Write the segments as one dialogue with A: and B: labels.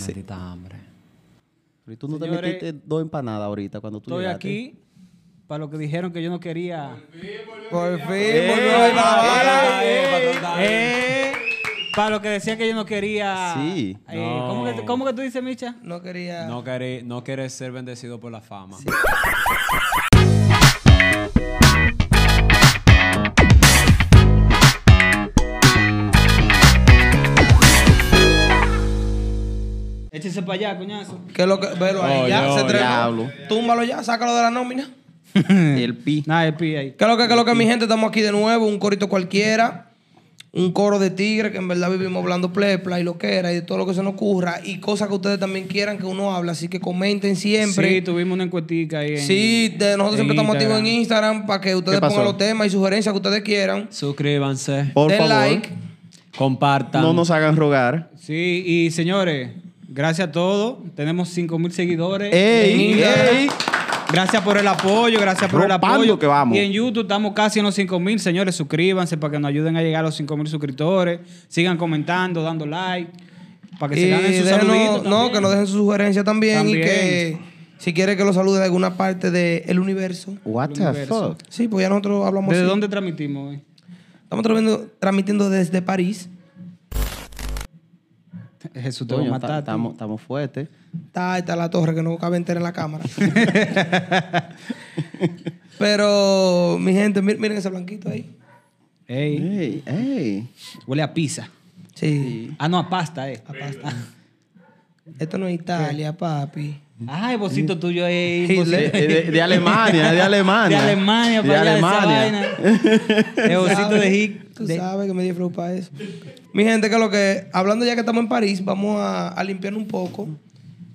A: Maldita hambre.
B: Pero tú no te
C: Señores,
B: metiste dos empanadas ahorita cuando tú
C: Estoy
B: llegaste.
C: aquí para lo que dijeron que yo no quería.
D: Por fin,
C: ¡Ey!
B: Eh,
D: volvió a grabar.
C: ¡Ey! ¡Ey! Para lo que decían que yo no quería.
B: Sí.
C: Eh,
A: No.
C: ¿cómo, que, cómo que tú dices, Micha?
D: No quería.
A: No querés no querés ser bendecido por la fama.
C: Échese para allá, coñazo.
D: Que lo que, velo ahí,
A: Oh,
D: ya,
A: yo,
D: se entregó.
B: diablo.
D: Túmbalo ya, sácalo de la nómina.
B: El pi.
C: Nada, espía ahí.
D: Que lo que, que lo que, mi gente, estamos aquí de nuevo, un corito cualquiera, un coro de tigre, que en verdad vivimos hablando plepla y lo que era, y de todo lo que se nos ocurra, y cosas que ustedes también quieran que uno habla, así que comenten
C: Sí,
D: siempre.
C: tuvimos una encuestica ahí.
D: Sí,
C: en-
D: de- nosotros
C: en
D: siempre estamos activos en
C: Instagram.
D: Instagram para que ustedes
B: ¿Qué pasó?
D: pongan los temas y sugerencias que ustedes quieran.
A: Suscríbanse,
B: Por
D: Den
B: favor,
D: like.
A: compartan.
B: no nos hagan rogar.
C: Sí, y señores, gracias a todos. Tenemos 5 mil seguidores. en
B: ¡Ey!
C: Instagram.
B: ¡Ey!
C: Gracias por el apoyo, gracias por
B: Rompando
C: el apoyo.
B: que vamos.
C: Y en YouTube estamos casi en los 5 mil. Señores, suscríbanse para que nos ayuden a llegar a los 5 mil suscriptores. Sigan comentando, dando like. Para que
D: Y
C: se ganen sus
D: Eh, déjenos-
C: saluditos.
D: no,
C: también.
D: que nos dejen sus sugerencias también, y
C: También.
D: que si quiere que lo salude de alguna parte del universo.
B: What the fuck?
D: Sí, pues ya nosotros hablamos
C: ¿Desde
D: así.
C: dónde transmitimos hoy?
D: Estamos transmitiendo, transmitiendo desde París.
C: Jesús, te voy a
B: Coño,
C: matar.
B: ta- Estamos estamos fuertes.
D: Está, ahí está la torre que no cabe entera en la cámara. Pero, mi gente, mi- miren ese blanquito ahí.
C: Ey,
B: ¡Ey! ¡Ey!
C: huele a pizza.
D: Sí.
C: Ah, no, a pasta, eh.
D: La pasta. Esto no es Italia, papi.
C: Ay, bocito tuyo, eh.
D: Sí,
C: bocito-
B: Eh, eh, De, de Alemania, de Alemania.
C: De Alemania,
B: De
C: para allá
B: Alemania.
C: esa vaina. El bolsito de Hick.
D: Tú
C: de-
D: sabes que me dio flow para eso. Mi gente, que lo que... Hablando ya que estamos en París, vamos a, a limpiarnos un poco.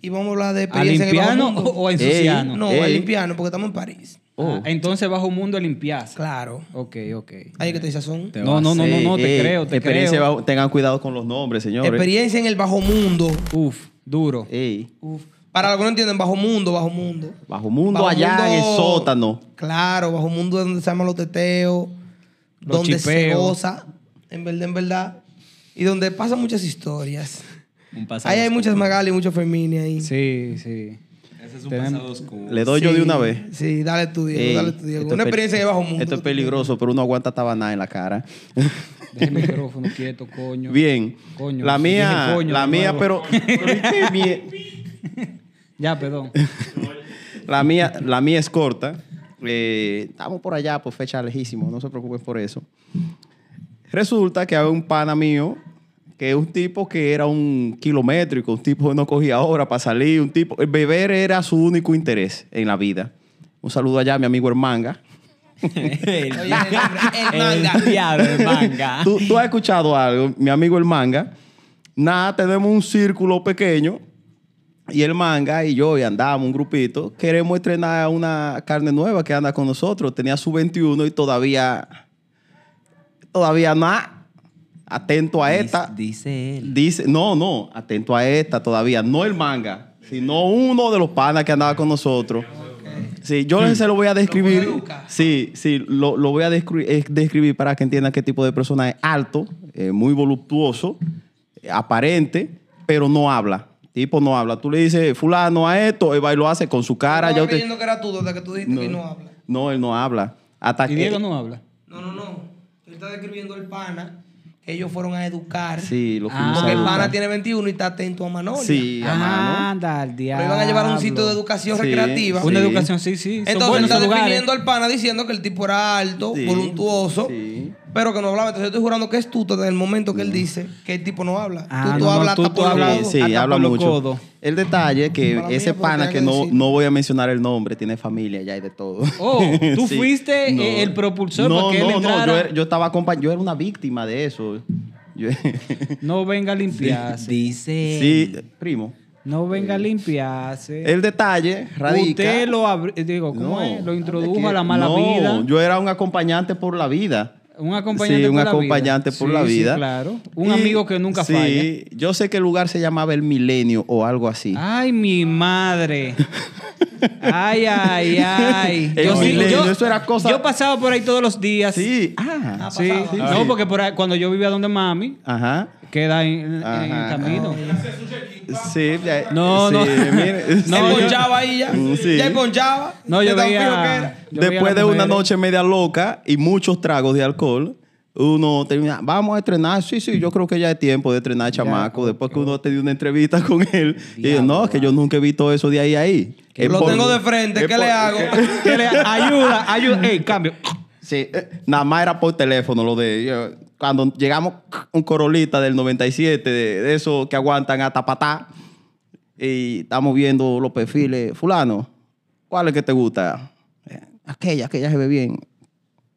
D: Y vamos a hablar de
C: ¿A
D: experiencia en el bajo
C: limpiano
D: mundo.
C: o a
B: Ey,
C: ensuciano?
D: No, a
B: Ey.
D: limpiarnos, porque estamos en París.
B: Oh.
C: Ah, entonces bajo mundo a limpiarse.
D: Claro.
C: Ok, ok.
D: Ahí que te dice son.
A: Te
C: No,
A: vas.
C: no, no, no, no, te
B: Ey,
C: creo, te
B: experiencia
C: creo.
B: va- tengan cuidado con los nombres, señores.
D: Experiencia en el bajo mundo.
C: Uf, duro.
B: Ey,
D: Uf. Para algunos entienden, bajo mundo, bajo mundo.
B: bajo mundo
D: Bajo
B: allá en el
D: mundo-
B: sótano.
D: Claro, bajo mundo es donde se llaman los teteos,
C: Los
D: donde se
C: chipeos.
D: goza, en verdad, en verdad, y donde pasan muchas historias.
A: Un pasado
D: Ahí hay
A: oscuro.
D: muchas Magali y muchos Fermini ahí.
C: Sí, sí.
A: Ese es un
C: Tenemos-
A: pasado oscuro.
B: Le doy yo
D: Sí,
B: de una vez.
D: Sí, dale tu Diego,
B: Ey,
D: dale tu Diego.
B: esto
D: Una
B: es peli-
D: experiencia de bajo mundo.
B: Esto es peligroso, pero uno aguanta tabaná en la cara.
C: Deje el micrófono quieto, coño.
B: Bien.
C: Coño,
B: la
C: dije
B: mía,
C: coño
B: la
C: de
B: mía, pero,
C: nuevo.
B: pero ¿y qué mie-
C: Ya, perdón.
B: la mía, la mía es corta. Eh, estamos por allá por fecha lejísimo, no se preocupen por eso. Resulta que había un pana mío que es un tipo que era un kilométrico, un tipo que no cogía hora para salir, un tipo, el beber era su único interés en la vida. Un saludo allá a mi amigo Hermanga.
A: el,
D: Oye, el nombre, el manga.
A: el diablo, el manga.
B: ¿Tú, tú has escuchado algo, mi amigo el manga. Nada, tenemos un círculo pequeño y el manga y yo y andamos un grupito. Queremos estrenar a una carne nueva que anda con nosotros. Tenía su 21 y todavía, todavía nada. Atento a esta.
A: Dice él.
B: Dice, no, no, atento a esta todavía, no el manga, sino uno de los panas que andaba con nosotros. Sí, yo se lo voy a describir. Sí, sí, lo, lo voy a descri- eh, describir para que entiendan qué tipo de persona es alto, eh, muy voluptuoso, eh, aparente, pero no habla. Tipo no habla. Tú le dices, fulano, a esto, él va y lo hace con su cara.
D: Estaba
B: Ya usted...
D: creyendo que era tú, desde que tú dijiste que no habla.
B: no, él no habla. Hasta
C: Y
B: que-
C: Diego no habla.
D: No, no, no. Él está describiendo el pana que ellos fueron a educar.
B: Sí, lo fuimos
C: Ah.
B: a
D: Porque el
B: educar.
D: pana Ah, tiene 21 y está atento a Manolo.
B: Sí, a mano.
C: Anda, al
D: Lo
C: diablo.
D: iban a llevar a un sitio de educación
B: Sí,
D: recreativa.
C: Una
B: Sí.
C: educación, sí, sí. Son
D: Entonces
C: buenos
D: está
C: esos lugares.
D: definiendo al pana diciendo que el tipo era alto,
B: Sí,
D: voluntuoso,
B: sí.
D: pero que no hablaba. Entonces yo estoy jurando que es tú desde el momento que él dice que el tipo no habla.
C: Ah,
D: tú, tú
C: no, no,
D: hablas
C: tú-
D: hasta
C: tú
D: por
C: hablas-
B: Sí,
D: hablar.
B: Eh, sí,
C: hasta
B: habla
C: por los
B: mucho.
C: codos.
B: El detalle es que
D: Mala mía,
B: ese
D: porque
B: pana
D: tenía
B: que
D: que
B: no,
D: decirlo.
B: no voy a mencionar el nombre, tiene familia ya y de todo.
C: Oh, tú fuiste, eh, el propulsor
B: no,
C: para que él
B: no, No, yo,
C: entrara.
B: era- yo estaba acompañado, yo era una víctima de eso. Yo-
C: No venga a limpiarse. Eh.
A: Dice
B: sí, primo.
C: No venga a limpiarse.
B: El detalle Eh, radica...
C: Usted lo abri- eh, digo, ¿cómo
B: No,
C: es? Lo
B: es
C: introdujo
B: que-
C: a la mala
B: no,
C: vida.
B: yo era un acompañante por la vida.
C: Un acompañante
B: Sí, un
C: por la
B: acompañante
C: vida.
B: por
C: Sí,
B: la
C: sí,
B: vida.
C: claro. Un
B: Y-
C: amigo que nunca
B: sí,
C: falla. Ah,
B: yo sé que el lugar se llamaba El Milenio o algo así.
C: Ay, mi madre. Ay, ay, ay.
B: El milenio, eso era cosa-
C: yo pasaba por ahí todos los días.
B: Sí. Ah.
C: Sí. No, porque por ahí- cuando yo vivía donde mami,
B: Ajá.
C: queda en, en
B: Ajá.
C: el camino.
B: Sí. eh,
C: No,
B: sí,
C: no.
B: mire, sí.
C: No,
D: él
C: yo-
D: ponchaba ahí ya.
B: Mm, sí.
D: Ya él ponchaba.
C: No, yo
D: de tan fijo que
C: veía.
D: era.
C: yo veía
B: Después
C: las
B: de una
C: mujeres.
B: noche media loca y muchos tragos de alcohol, uno termina, vamos a entrenar. Sí, sí, yo creo que ya es tiempo de entrenar, chamaco. Después que uno te dio una entrevista con él, y yo, no, es que yo nunca he visto eso de ahí a ahí. Es
D: Lo
B: por-
D: tengo de frente,
B: es
D: ¿qué
B: por-
D: le hago?
B: Ah.
C: Que le- ayuda, ayuda. Ey, cambio.
B: Sí, eh, nada más era por teléfono lo de yo- cuando llegamos un corolita del 97 de, de esos que aguantan hasta patá y estamos viendo los perfiles fulano, ¿cuál es que te gusta? Eh, Aquella, aquella se ve bien.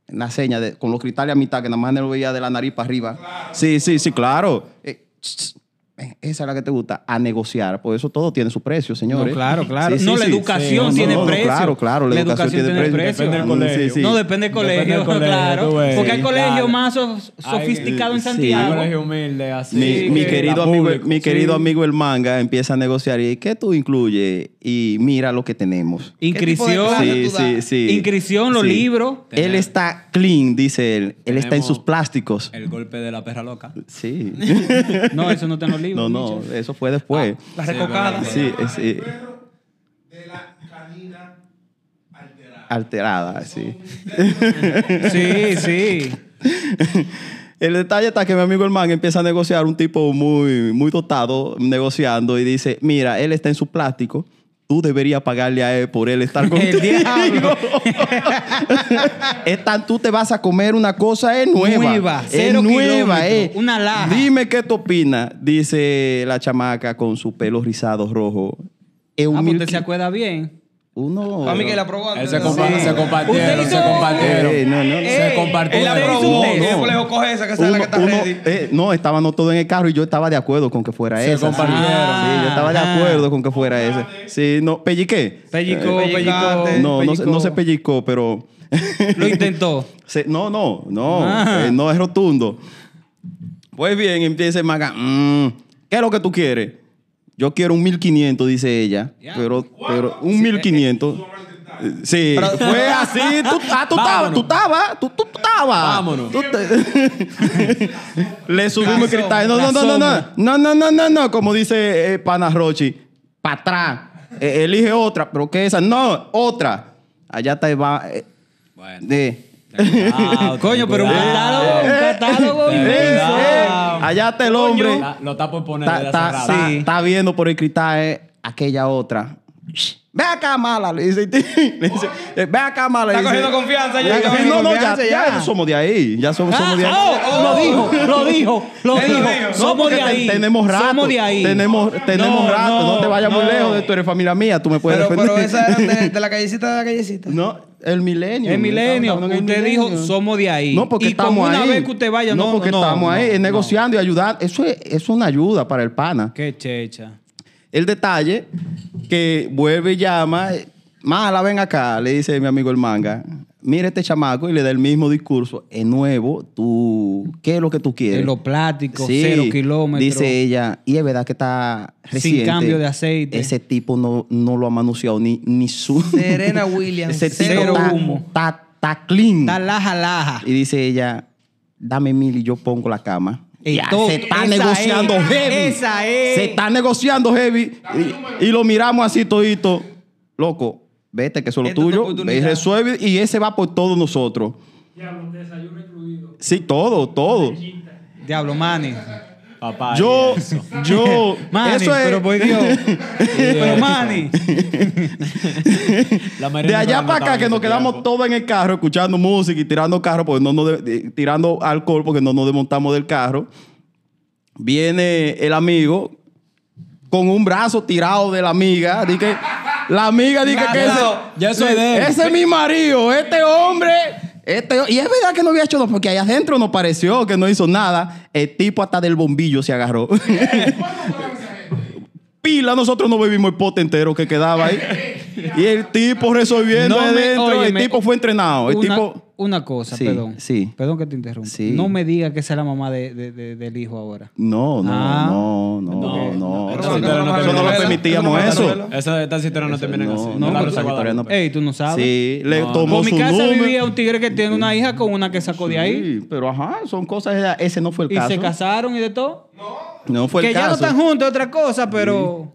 B: En La seña de- con los cristales a mitad que nada más lo veía de la nariz para arriba. Sí, sí, sí, claro. Eh, ch, ch, ven, esa es la que te gusta a negociar, por eso todo tiene su precio, señores.
C: claro, claro. No, la educación
B: No,
C: tiene
B: no,
C: precio.
B: Claro, claro, la, educación, tiene, precio.
A: Depende del
B: Mm,
A: colegio.
B: sí, sí.
C: No, depende del colegio,
A: Depende del colegio,
C: claro.
A: tú ves.
C: Porque hay
A: Sí,
C: colegios
A: claro.
C: más so- sofisticados
B: eh, Sí.
C: en
A: Un
C: Santiago.
A: colegio humilde, así.
B: Mi,
C: Sí,
B: mi
C: que
B: querido,
A: era
B: amigo,
A: público.
B: mi querido
A: Sí.
B: amigo el manga empieza a negociar y ¿qué tú incluyes? Y mira lo que tenemos.
C: Inscripción.
D: clase
B: Sí,
D: tú das?
B: sí, sí.
C: Inscripción, los
B: Sí.
C: libros.
B: Él está clean, dice él. Él está en
A: Tenemos- eh.
B: sus plásticos.
A: El golpe de la perra loca.
B: Sí.
C: No, eso no está en los libros.
B: no, no,
C: Michelle.
B: eso fue después.
C: Ah.
D: La
A: Sí,
D: recocada.
A: verdad.
B: sí, es, eh, alterada, sí.
C: Sí, sí.
B: El detalle está que mi amigo el manga empieza a negociar un tipo muy, muy dotado negociando y dice, mira, él está en su plástico, tú deberías pagarle a él por él estar contigo.
C: El diablo. Ah, pues
B: Es tan tú te vas a comer una cosa es nueva.
C: Nueva,
B: es
C: cero
B: nueva,
C: kilómetros,
B: eh.
C: una laja.
B: Dime qué tú opinas, dice la chamaca con su pelo rizado rojo. Es un
C: Ah, pues
B: mil
C: usted se Ah, acuerda bien.
B: uno.
D: A mí que la aprobó
A: Él
D: antes.
A: se,
D: de-
A: compa-
D: Sí.
A: se compartieron,
C: Usted
A: se
C: hizo-
A: compartieron.
B: Eh, no, no.
A: Se
C: Ey,
D: Él
A: compartieron.
C: usted hizo
D: aprobó.
C: un
B: test.
D: Siempre le dijo, coge esa, que esa es la
B: Uno-
D: que está
B: uno-
D: ready.
B: eh, no, estábamos todos en el carro y yo estaba de acuerdo con que fuera
A: Se
B: esa.
A: compartieron.
B: Sí, yo estaba de
C: Ajá.
B: acuerdo con que fuera esa. Sí, no, pelliqué.
C: Pellicó,
D: Eh,
C: pellicó.
D: pellicate.
B: No, no, se- no se
C: pellicó.
B: pellicó, pero.
C: Lo intentó.
B: Se- no, no, no,
C: Ah.
B: eh, no es rotundo. Pues bien, empieza el Maga. mm, ¿Qué es lo que tú quieres? Yo quiero un 1500, dice ella.
C: Ya.
B: Pero, pero un 1500. Eh, Sí, fue así. Tú, ah, tú estabas,
A: Vámonos.
B: tú estabas, tú, tú, tú estabas.
A: Vámonos.
B: Tú te- Le subimos el cristal. No, no, no,
C: la
B: no, no,
C: sombra.
B: no, no, no, no, no, como dice eh, Pana Rochi. Para atrás. Eh, elige otra, pero ¿qué es esa? No, otra. Allá está Eva. eh,
A: Bueno.
B: de-
A: Cuidado,
C: Coño,
A: ten
C: pero un
A: cuidado.
C: catálogo, un catálogo.
A: Eh,
B: Eh,
A: Cuidado.
B: eh, allá está el hombre.
A: La- Lo está por poner
B: Está,
A: desde
B: está-
A: hace rato.
B: está-
C: Sí.
B: está viendo por el cristal eh, aquella otra. Shh, Ve acá, mala, le dice. le dice, eh, Ve acá, mala. le
D: Está
B: dice.
D: cogiendo confianza ya,
B: Ya,
D: está
B: sí, no, no,
D: cogiendo
B: ya,
D: confianza
B: ya
D: ya.
B: somos de ahí. Ya somos, somos de ahí.
C: Ah, oh, lo dijo, lo dijo, lo
D: Él lo
C: dijo.
D: dijo. No,
C: Somos
B: porque
C: de
B: te-
C: ahí.
B: Tenemos rato.
C: Somos de ahí.
B: Tenemos, tenemos
C: No,
B: rato. No,
C: no,
B: te vayas muy
C: no.
B: lejos. de- Tú eres familia mía. Tú me puedes
D: Pero, pero
B: defender.
D: esa era de, de la callecita de la callecita.
B: No, el milenio.
C: El
B: Estamos
C: milenio,
B: hablando del
C: usted
B: milenio.
C: dijo, somos de ahí.
B: No, porque
C: Y con
B: estamos
C: una
B: ahí.
C: vez que usted vaya, no,
B: porque
C: no,
B: estamos ahí
C: no,
B: eh,
C: no.
B: negociando y ayudando. Eso es, es una ayuda para el pana.
C: Qué checha.
B: El detalle que vuelve y llama, mala, ven acá, le dice mi amigo el manga. Mira este chamaco y le da el mismo discurso. Es nuevo, tú, ¿qué es lo que tú quieres?
C: En los plásticos, cero kilómetros.
B: Dice ella, y es verdad que está reciente.
C: cambio de aceite.
B: Ese tipo no, no lo ha manunciado ni, ni su.
D: Serena Williams.
B: Ese tipo
C: cero
B: está,
C: humo.
B: está- está clean.
C: Está laja, laja.
B: Y dice ella, dame mil y yo pongo la cama. Ya,
C: Entonces,
B: se está
C: esa
B: negociando
C: es,
B: heavy.
C: esa es.
B: Se está negociando heavy. Y, y lo miramos así todito. Loco, vete que eso es lo
D: Esta es tu
B: tuyo.
D: oportunidad.
B: Ve y resuelve. Y ese va por todos nosotros. Sí, todo, todo.
C: Diablo, Manny.
A: Papá.
B: Yo,
A: y eso.
B: yo,
C: Manny,
B: Oh, eso es.
C: pero por Dios. pero Manny.
A: La Mariana
B: De allá
A: Fernández
B: para
A: estaba
B: acá
A: en
B: que nos
A: ese
B: quedamos
A: tiempo.
B: todos en el carro escuchando música y tirando carro porque no nos de- de- tirando alcohol porque no nos desmontamos del carro. Viene el amigo con un brazo tirado de la amiga, di que la amiga dice que ese,
D: Brazo.
A: Ya eso es de él.
B: ese es mi marido, este hombre, este y es verdad que no había hecho nada porque allá adentro no pareció que no hizo nada, el tipo hasta del bombillo se agarró. Pila, nosotros no bebimos el pote entero que quedaba ahí. Y el tipo resolviendo
C: No me-
B: adentro. el
C: óyeme,
B: tipo fue entrenado. El
C: una,
B: este tipo.
C: Una cosa,
B: Sí,
C: perdón.
B: sí.
C: Perdón que te interrumpa.
B: Sí.
C: No me diga que esa es la mamá de- de- de- del hijo ahora.
B: No, no,
C: Ah.
B: no, no,
A: No, no,
B: no. Nosotros
A: no, no,
B: nosotros
A: no,
B: no
A: no,
B: lo permitíamos
D: no, no,
B: eso.
D: no,
A: Esa, estas historias no terminan
B: no,
A: así.
B: no,
A: la
B: no,
A: Rosa
B: esa historia no-
A: Guadalupe.
C: Ey, tú no sabes.
B: Sí, le tomó
C: Por mi
B: su
C: casa
B: número.
C: vivía un tigre que tiene una hija con una que sacó de ahí.
B: Sí, pero ajá, son cosas. esa- Ese no fue el
C: Y
B: caso.
C: se casaron y de todo.
B: No fue el
C: que ya no
B: caso.
C: están juntos, otra cosa, pero.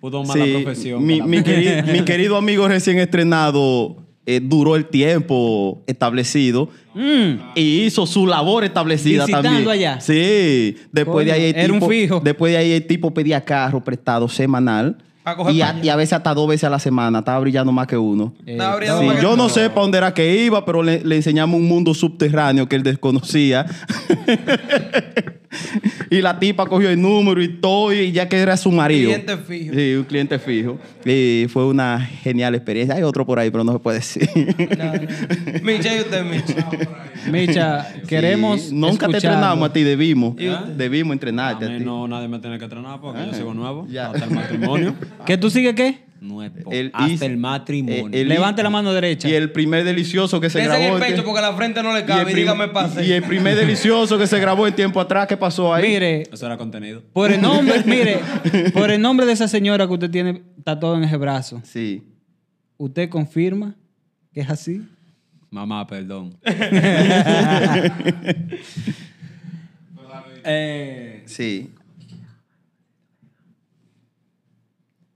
A: Pudo mala
B: Sí,
A: profesión.
B: mi,
A: que la-
B: mi queri- mi querido amigo recién estrenado eh, duró el tiempo establecido
C: Mm,
B: y hizo su labor establecida
C: Visitando
B: también.
C: allá.
B: Sí. Después de ahí el
C: Coño, era un
B: tipo,
C: fijo.
B: Después de ahí el tipo pedía carro prestado semanal.
D: Pa' coger
B: Y a,
D: paño.
B: y a veces hasta dos veces a la semana. Estaba brillando más que uno.
D: Está
B: Eh, Sí,
D: abriendo para
B: yo
D: que-
B: no sé para dónde era que iba, pero le, le enseñamos un mundo subterráneo que él desconocía. y la tipa cogió el número y todo, y ya que era su marido.
D: Cliente fijo.
B: Sí, un cliente fijo. Y fue una genial experiencia. Hay otro por ahí, pero no se puede decir.
D: Micha y usted, Micha.
C: Micha, queremos.
B: Sí, Nunca te
C: escucharlo.
B: entrenamos a ti, debimos. Debimos entrenarte
A: A
B: a
A: mí
B: ti.
A: no, nadie me tiene que entrenar porque yo sigo nuevo.
B: Eh, ya.
A: Hasta el matrimonio.
C: ¿Que tú sigues qué?
A: Nuevo.
B: El is-
A: hasta el matrimonio.
B: el-
C: Levante la mano derecha.
B: Y el primer delicioso que se
D: Pese en
B: grabó.
D: el
B: en
D: pecho
B: tie-
D: porque la frente no le
B: y el
D: cabe. Y
B: prim-
D: dígame pase.
B: y el primer delicioso que se grabó en tiempo atrás, ¿qué pasó ahí?
C: Mire,
A: Eso era contenido.
C: por el nombre, mire, por el nombre de esa señora que usted tiene tatuado en ese brazo,
B: Sí.
C: ¿usted confirma que es así?
A: Mamá, perdón. eh,
B: Sí.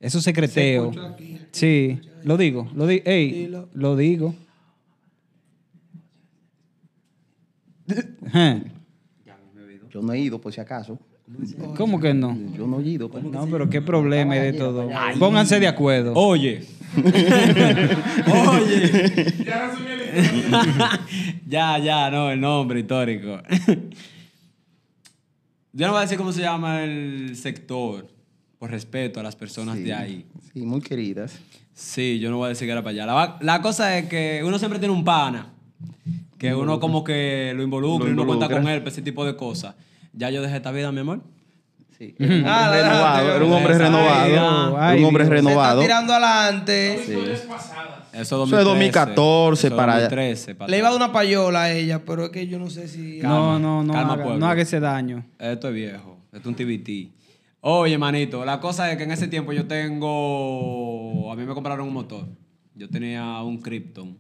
C: Eso es secreteo. sí, lo digo, lo digo. Ey, lo digo. Ajá.
B: Yo no he ido, por si acaso.
C: ¿Cómo que no?
B: Yo no he ido. pues. pero-
C: No, pero qué problema es de todo. Pónganse de acuerdo.
A: oye. oye. Ya, ya, no, el nombre histórico. Yo no voy a decir cómo se llama el sector, por respeto a las personas de ahí.
B: Sí, muy queridas.
A: Sí, yo no voy a decir que era para allá. La, va- la cosa es que uno siempre tiene un pana, que uno como que lo involucra,
B: Lo
A: y uno cuenta
B: involucra.
A: con él, para ese tipo de cosas. Ya yo dejé esta vida, mi amor.
B: Sí. Era un
D: Ah,
B: hombre
D: la-
B: renovado. Era un
A: Ay,
B: hombre renovado.
C: ay,
B: Era un hombre
C: Dios.
D: Se está
B: renovado.
D: tirando adelante.
A: Eso,
B: Eso es 2014
A: eso es
B: para allá.
A: 2013, para
D: Le iba a
A: atrás.
D: dar una payola a ella, pero es que yo no sé si. Ah,
C: No, no, no,
A: calma,
C: haga,
A: pueblo.
C: no haga ese daño.
A: Esto es viejo. Esto es un TBT. Oye, manito, la cosa es que en ese tiempo yo tengo. A mí me compraron un motor. Yo tenía un Krypton.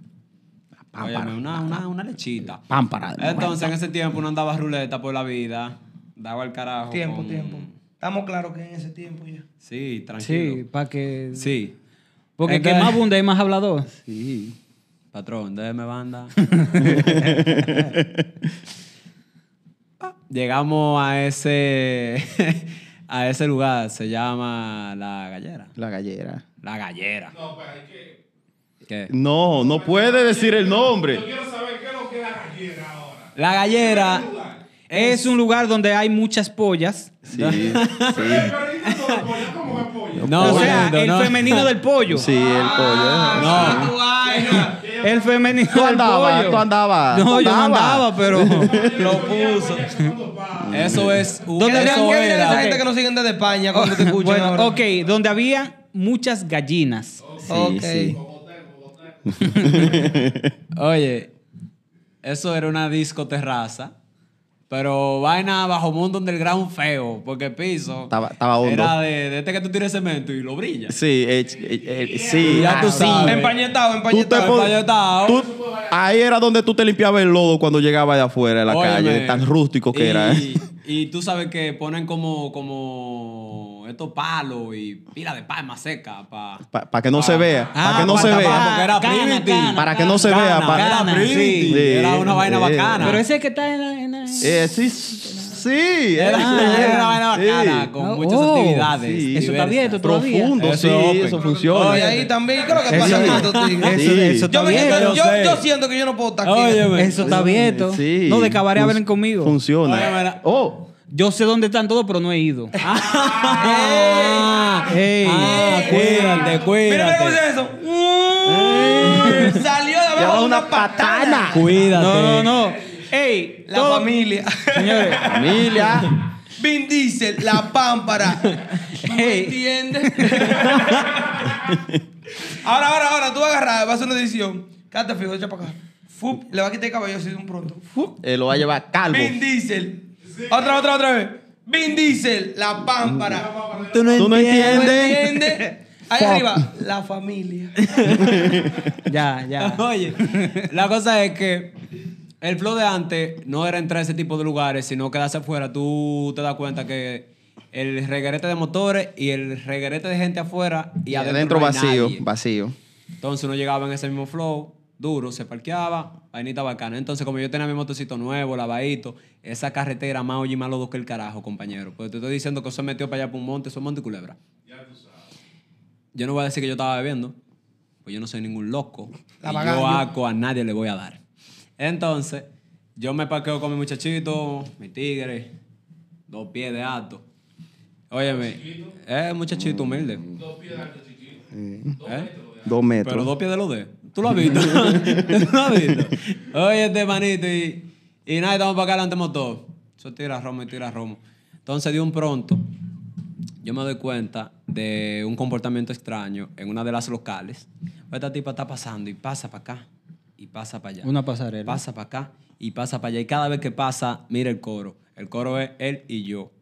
A: Oye, una, una, una lechita.
B: Pámpara.
A: Entonces, en ese tiempo uno andaba ruleta por la vida. Daba el carajo.
D: Tiempo,
A: con-
D: tiempo. Estamos claros que en ese tiempo ya.
A: Sí,
C: Sí,
A: tranquilo.
C: para que.
A: Sí.
C: Porque que
A: Entonces-
C: más bunda es más hablador.
B: Sí.
A: Patrón, déjeme banda. Llegamos a ese. a ese lugar. Se llama La Gallera.
B: La gallera.
A: La gallera. No, pero hay que. ¿Qué?
B: No, no puede decir el nombre.
A: La gallera.
C: Es un lugar donde hay muchas pollas.
B: Sí, sí.
A: No,
C: o sea, el
A: no.
C: femenino del pollo.
B: Sí, el
D: Ah,
B: pollo.
A: No.
C: El femenino
B: Tú andabas,
C: del pollo.
B: tú andabas,
C: No,
B: tú
C: yo no andaba,
B: andabas.
C: pero.
A: Lo puso. Eso es. un-
D: ¿Dónde
A: eso era-
D: esa gente que nos siguen desde España cuando te escuchan
C: bueno,
D: ahora?
C: ok, donde había muchas gallinas.
D: Ok.
B: sí.
A: Oye, eso era una disco terraza. Pero vaina bajo mundo underground feo. Porque el piso.
B: Estaba- estaba hondo.
A: Era de, de este que tú tires cemento y lo brillas.
B: Sí, eh, eh, eh, sí.
A: Ya tú
B: Ah,
A: sabes.
D: Empañetado,
B: Tú te
D: empañetado.
B: pon-
A: empayotado.
B: tú- ahí era donde tú te limpiabas el lodo cuando llegabas de afuera de la
A: Óyeme,
B: calle, de tan rústico que
A: y-
B: era. ¿eh?
A: Y tú sabes que ponen como, como estos palos y pila de palma seca para...
B: Para que no se vea, para
C: Ah,
B: que no
C: pa'
B: se
C: tapar.
B: vea.
A: Porque era
C: Cana,
A: primitive.
C: cana,
B: Para que no se
A: cana,
B: vea,
A: cana,
B: para-
A: era primitive.
B: Sí.
A: Era una vaina
B: Sí.
A: bacana.
C: Pero ese que está en la. en la-
B: Eh, sí, sí.
A: era, era una vaina
B: sí.
A: bacana con
C: Oh,
A: muchas
C: oh,
A: actividades.
B: sí.
C: Eso está
A: diversas.
C: abierto todavía.
B: Profundo,
A: Eso
B: sí,
A: es open.
B: eso funciona.
D: Y ahí también, ¿qué es lo que
C: Eso-
D: pasa con estos tigres?
C: eso-
B: Sí.
C: eso está
D: Yo, me
A: bien,
D: siento-
A: yo
D: yo,
A: sé.
D: yo siento que yo no puedo estar aquí.
A: Óyeme.
C: Eso está abierto.
B: eh, Sí.
C: No, de cabaret
B: Fun-
C: hablen conmigo.
B: Funciona.
A: Oye, mira.
B: Oh,
C: Yo sé dónde están todos, pero no he ido.
A: Ah,
C: Ey.
A: ah, cuídate,
D: Mira, mira cómo
A: cuídate.
D: dice eso. Mm, Salió
A: Oh,
B: lleva
D: de abajo
B: Eh. una
D: una
B: patana.
A: Cuídate.
C: No, no, no. Ey,
D: La
C: todo-
D: familia.
C: Señores,
B: Familia.
D: Vin Diesel, la pámpara. ¿Tú me
C: Ey.
D: entiendes? Ahora, ahora, ahora, tú vas a agarrar, vas a hacer una edición. Cállate fijo, echa para acá. Fup, le va a quitar el cabello así de un pronto. Fup.
B: Eh, lo va a llevar calvo.
D: Vin Diesel. Otra, otra, otra vez. Vin Diesel, la pámpara.
B: Tú no,
D: ¿No
B: entiendes.
D: entiendes? Ahí arriba, la familia.
C: Ya, ya.
A: Oye, la cosa es que el flow de antes no era entrar a ese tipo de lugares, sino quedarse afuera. Tú te das cuenta que el reguerete de motores y el reguerete de gente afuera y,
B: Y
A: adentro,
B: adentro
A: no hay
B: vacío,
A: nadie.
B: vacío.
A: Entonces uno llegaba en ese mismo flow, duro, se parqueaba, vainita bacana. Entonces, como yo tenía mi motocito nuevo, lavadito, esa carretera más oye más lodo que el carajo, compañero. Pues te estoy diciendo que eso se metió para allá por un monte, eso es monte y culebra. Yo no voy a decir que yo estaba bebiendo, pues yo no soy ningún loco.
D: La
A: y
D: bagaña.
A: yo aco a nadie le voy a dar. Entonces, yo me parqueo con mi muchachito, mi tigre, dos pies de alto. Óyeme, es muchachito humilde. ¿Eh?
B: Dos metros.
A: Pero dos pies de los de. Tú lo has visto. Tú lo has visto. Oye, este manito y, y nada, estamos para acá delante motor. Eso tira romo y tira romo. Entonces, de un pronto, yo me doy cuenta de un comportamiento extraño en una de las locales. Pues Esta tipa está pasando y pasa para acá y pasa para allá.
C: Una pasarela.
A: Pasa para acá y pasa para allá. Y cada vez que pasa, mira el coro. El coro es él y yo.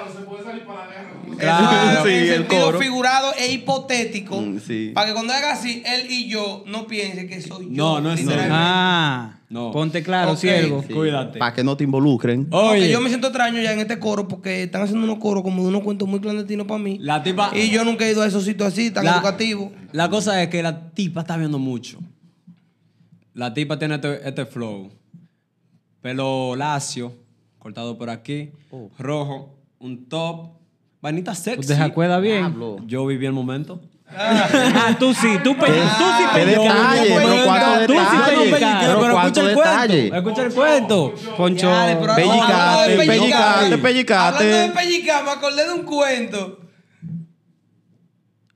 A: el diablo se puede salir para la guerra. Claro.
D: Claro,
B: sí,
D: en
B: el
D: sentido
B: coro.
D: figurado e hipotético.
B: Mm, sí.
D: Para que cuando haga así, él y yo no piense que soy
A: No,
D: yo.
A: no es él.
D: literalmente.
C: Ah,
A: No.
C: ponte claro,
D: Ok.
C: siervo.
A: Sí. Cuídate.
B: Para que no te involucren.
A: Oye.
D: Porque yo me siento extraño ya en este coro porque están haciendo unos coros como de unos cuentos muy clandestinos para mí.
A: La tipa.
D: Y yo nunca he ido a esos sitios así, tan
A: la-
D: educativos.
A: La cosa es que la tipa está viendo mucho. La tipa tiene este, este flow. Pelo lacio, cortado por aquí, rojo, un top, vainita
C: Tú
A: sexy.
C: te acuerdas bien.
B: Diablo.
A: Yo viví el momento.
C: Ah, tú sí, tú pe- tú sí
B: qué
C: pellizcas,
B: detalle,
C: tú
B: pero
C: pellizcas,
B: cuánto
C: tú sí
B: detalle,
C: pellizcas.
A: pellizqué,
B: pero cuánto detalle.
A: Escucha el cuento.
C: Poncho.
D: Dale, pero ahora vamos a hablar de
B: Pellicate,
D: pellicar.
B: pellicate, pellicate.
D: Hablando de pellicar, me acordé de un cuento.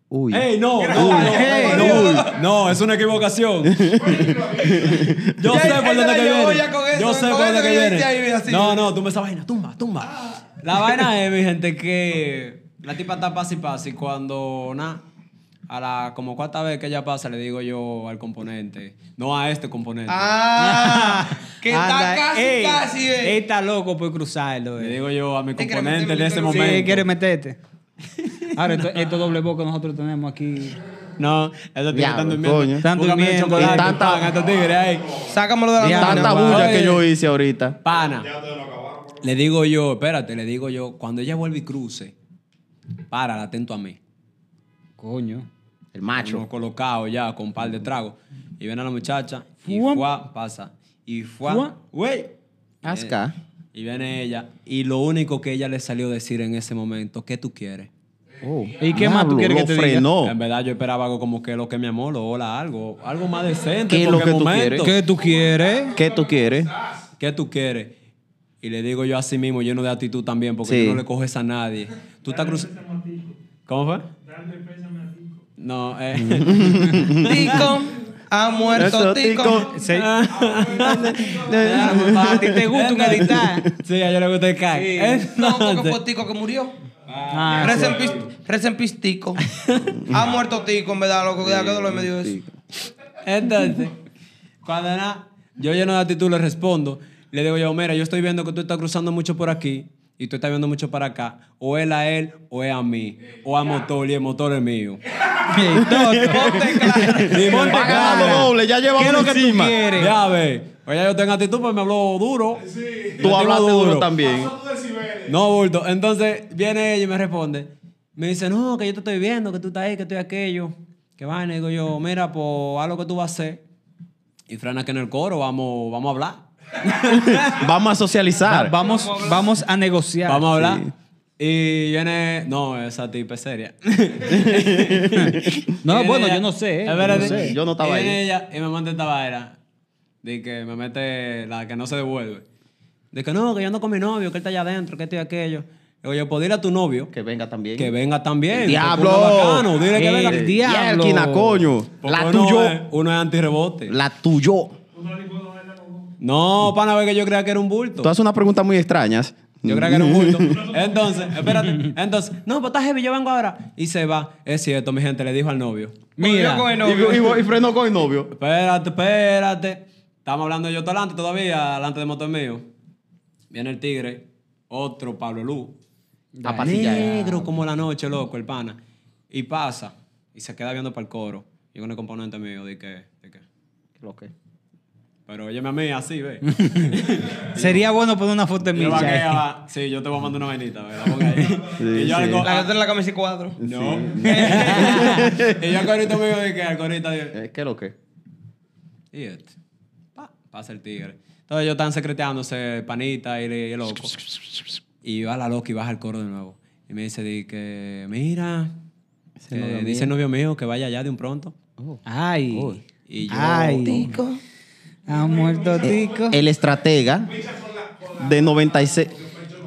B: Uy.
A: Ey, no, no, no, no, no, no, es una equivocación. Yo
D: Ya,
A: sé
D: ya
A: por
D: se
A: dónde
D: la
A: que
D: llevó
A: viene.
D: ya con eso,
A: Yo sé
D: con
A: por
D: eso
A: dónde
D: que
A: que
D: yo decía ahí,
A: viene.
D: mira, así.
A: No, no, tumba esa vaina, tumba, tumba. La vaina es, mi gente, que la tipa está pasi pasi cuando nada. A la como cuarta vez que ella pasa, le digo yo al componente, no a este componente.
D: Ah, que está
C: Anda,
D: casi,
C: ey,
D: casi. eh.
C: ey, está loco por cruzarlo.
A: Le
C: eh.
A: digo yo a mi
D: Te quiere
A: componente
D: meter
A: de ese
D: mi-
C: Sí,
A: momento.
C: quiere meterte. Ahora, esto, esto doble boca que nosotros tenemos aquí.
A: No, estos tigres
B: Diablo,
A: están durmiendo.
B: coño.
C: Están
A: Búscame el
C: durmiendo.
A: chocolate,
B: Y tanta-
A: pan, estos tigres ahí.
D: Sácamelo de la
C: Diablo.
D: mano.
B: Tanta
C: Oye.
B: bulla que yo hice ahorita.
A: Pana. Le digo yo, espérate, le digo yo, cuando ella vuelve y cruce, párala, atento a mí.
C: Coño.
B: El macho.
A: Uno colocado ya con un par de tragos. Y viene la muchacha y
C: Fuam.
A: fuá, pasa. Y
C: Fuam.
A: fuá, güey.
B: Asca.
A: Y viene ella. Y lo único que ella le salió a decir en ese momento, ¿qué tú quieres?
B: Oh.
C: ¿Y qué más Ah, tú
B: Diablo,
C: quieres que
B: lo
C: te diga?
B: frenó.
A: En verdad yo esperaba algo como que lo que mi amor, lo hola, algo, algo más decente.
B: ¿Qué es lo
A: porque
B: que tú
A: momento,
B: quieres?
C: ¿Qué tú quieres?
B: ¿Qué tú quieres?
A: ¿Qué tú quieres? Y le digo yo a sí mismo, lleno de actitud también, porque
B: Sí.
A: yo no le coges a nadie. Tú estás cruzando. ¿Cómo fue? No, eh.
D: Tico ha muerto
B: Eso,
D: Tico.
B: tico.
C: Se-
A: Ah,
C: a ti te gusta un editar.
A: Sí, a yo le gusta el Eh, cac.
D: Eh, No, porque
A: Entonces-
D: fue Tico que murió.
C: Ah,
D: Rest in peace- rest in peace, Tico. Ha muerto Tico, en verdad, loco. Ya que dolor me dio eso.
A: Entonces, cuando nada, yo lleno de actitud le respondo, le digo yo, mira, yo estoy viendo que tú estás cruzando mucho por aquí y tú estás viendo mucho para acá. O él a él, o es a mí. O a motor y el motor es mío.
D: Ponte claro.
A: Dime,
B: Va ganando
A: cara.
B: doble, ya lleva
C: ¿Qué es
B: uno
C: lo que tú
B: encima.
C: quieres?
A: Ya ves. Oye, yo tengo actitud, pues me habló duro. Me
B: Tú
A: habló
B: hablaste duro también.
A: No, bulto. Entonces viene ella y me responde. Me dice, no, que yo te estoy viendo, que tú estás ahí, que estoy aquello. Que vaina. Y digo yo, mira, pues haz lo que tú vas a hacer. Y frana que en el coro vamos, vamos a hablar.
B: Vamos a socializar.
C: Vamos, vamos a negociar.
A: Vamos a hablar. Y viene. No, esa tipa es seria. Y
C: No,
A: viene
C: bueno,
A: ella-
C: yo no sé. eh,
A: Es verdad,
C: yo no
A: sí.
C: sé.
B: Yo no estaba
A: y viene
B: ahí.
A: ella y me manda esta vaina. De que me mete la que no se devuelve. De que no, que yo ando con mi novio, que él está allá adentro, que esto y aquello. Digo yo, pues dile a tu novio
B: Que venga también.
A: que venga también.
B: ¡Diablo!
A: porque uno es bacano, dile que
C: ¡El
A: venga.
C: di- diablo!
B: Yerkina, coño.
A: Porque
B: La
A: uno
B: tuyo.
A: es- Uno es antirrebote.
B: La tuyo.
A: No, pana, ver que yo creía que era un bulto.
B: Tú haces unas preguntas muy extrañas.
A: Yo creo que era un bulto. Entonces, espérate. Entonces, no, pues está heavy, yo vengo ahora. Y se va. Es cierto, mi gente, le dijo al novio.
C: Mira.
D: Volvió con el novio.
B: Y, y- y frenó con el novio.
A: Espérate, espérate. Estamos hablando de yo delante todavía, delante de motor mío. Viene el tigre, otro Pablo Luz.
B: A pasillar.
A: Negro como la noche, loco, el pana. Y pasa, y se queda viendo para el coro. Y con el componente mío, di que, di que. Pero óyeme a mí, así, ve.
C: Sería bueno poner una foto de
A: yo vaquea,
C: Micha. eh.
A: va. ah, Sí, yo te voy a mandar una vainita, ve, la ponga ahí. y yo
B: sí.
A: algo. ah,
D: La que tiene la camisa y cuadro.
A: No. y yo al corito mío, di que, al corito, di-
B: Eh, ¿Qué es lo que?
A: Y este. Pa, pasa el tigre. Entonces ellos están secreteándose, panita y, y el loco. Y va la loca y baja el coro de nuevo. Y me dice, di que, mira, que dice el novio mío que vaya allá de un pronto.
C: Ay.
A: Y yo,
C: Ay. Ha muerto Tico.
D: Eh,
B: El estratega de 96.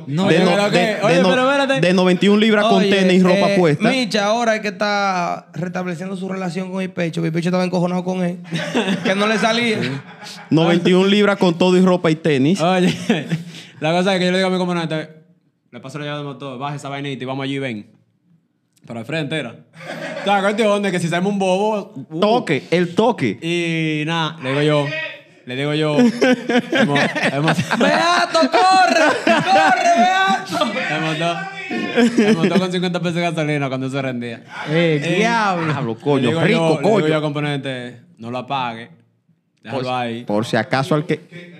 C: No,
B: de,
A: Oye,
B: no-
A: pero
B: de-
A: ¿qué?
B: de
A: Oye,
B: no-
A: pero espérate.
B: de 91 libras con
A: Oye,
B: tenis y ropa
D: Eh,
B: puesta.
D: Micha ahora es que está restableciendo su relación con Ipecho. que Ipecho estaba encojonado con él. que no le salía.
B: 91 libras con todo y ropa y tenis.
A: Oye, la cosa es que yo le digo a mi comandante, le paso la llave del motor, baja esa vainita y vamos allí y ven. Pero al frente era. O sea, ¿cuál tío onda? Que si salme un bobo... uh.
B: Toque, el toque.
A: Y nada, le digo yo, le digo yo, hemos, hemos-
D: ¡Beato, corre! ¡Corre, Beato!
A: Me montó, me montó con 50 pesos de gasolina cuando se rendía.
C: Eh, diablo.
B: Diablo,
A: Le
B: coño,
A: digo yo-
B: rico,
A: le digo yo
B: coño.
A: al componente, no lo apague, déjalo ahí.
B: Por si acaso al que.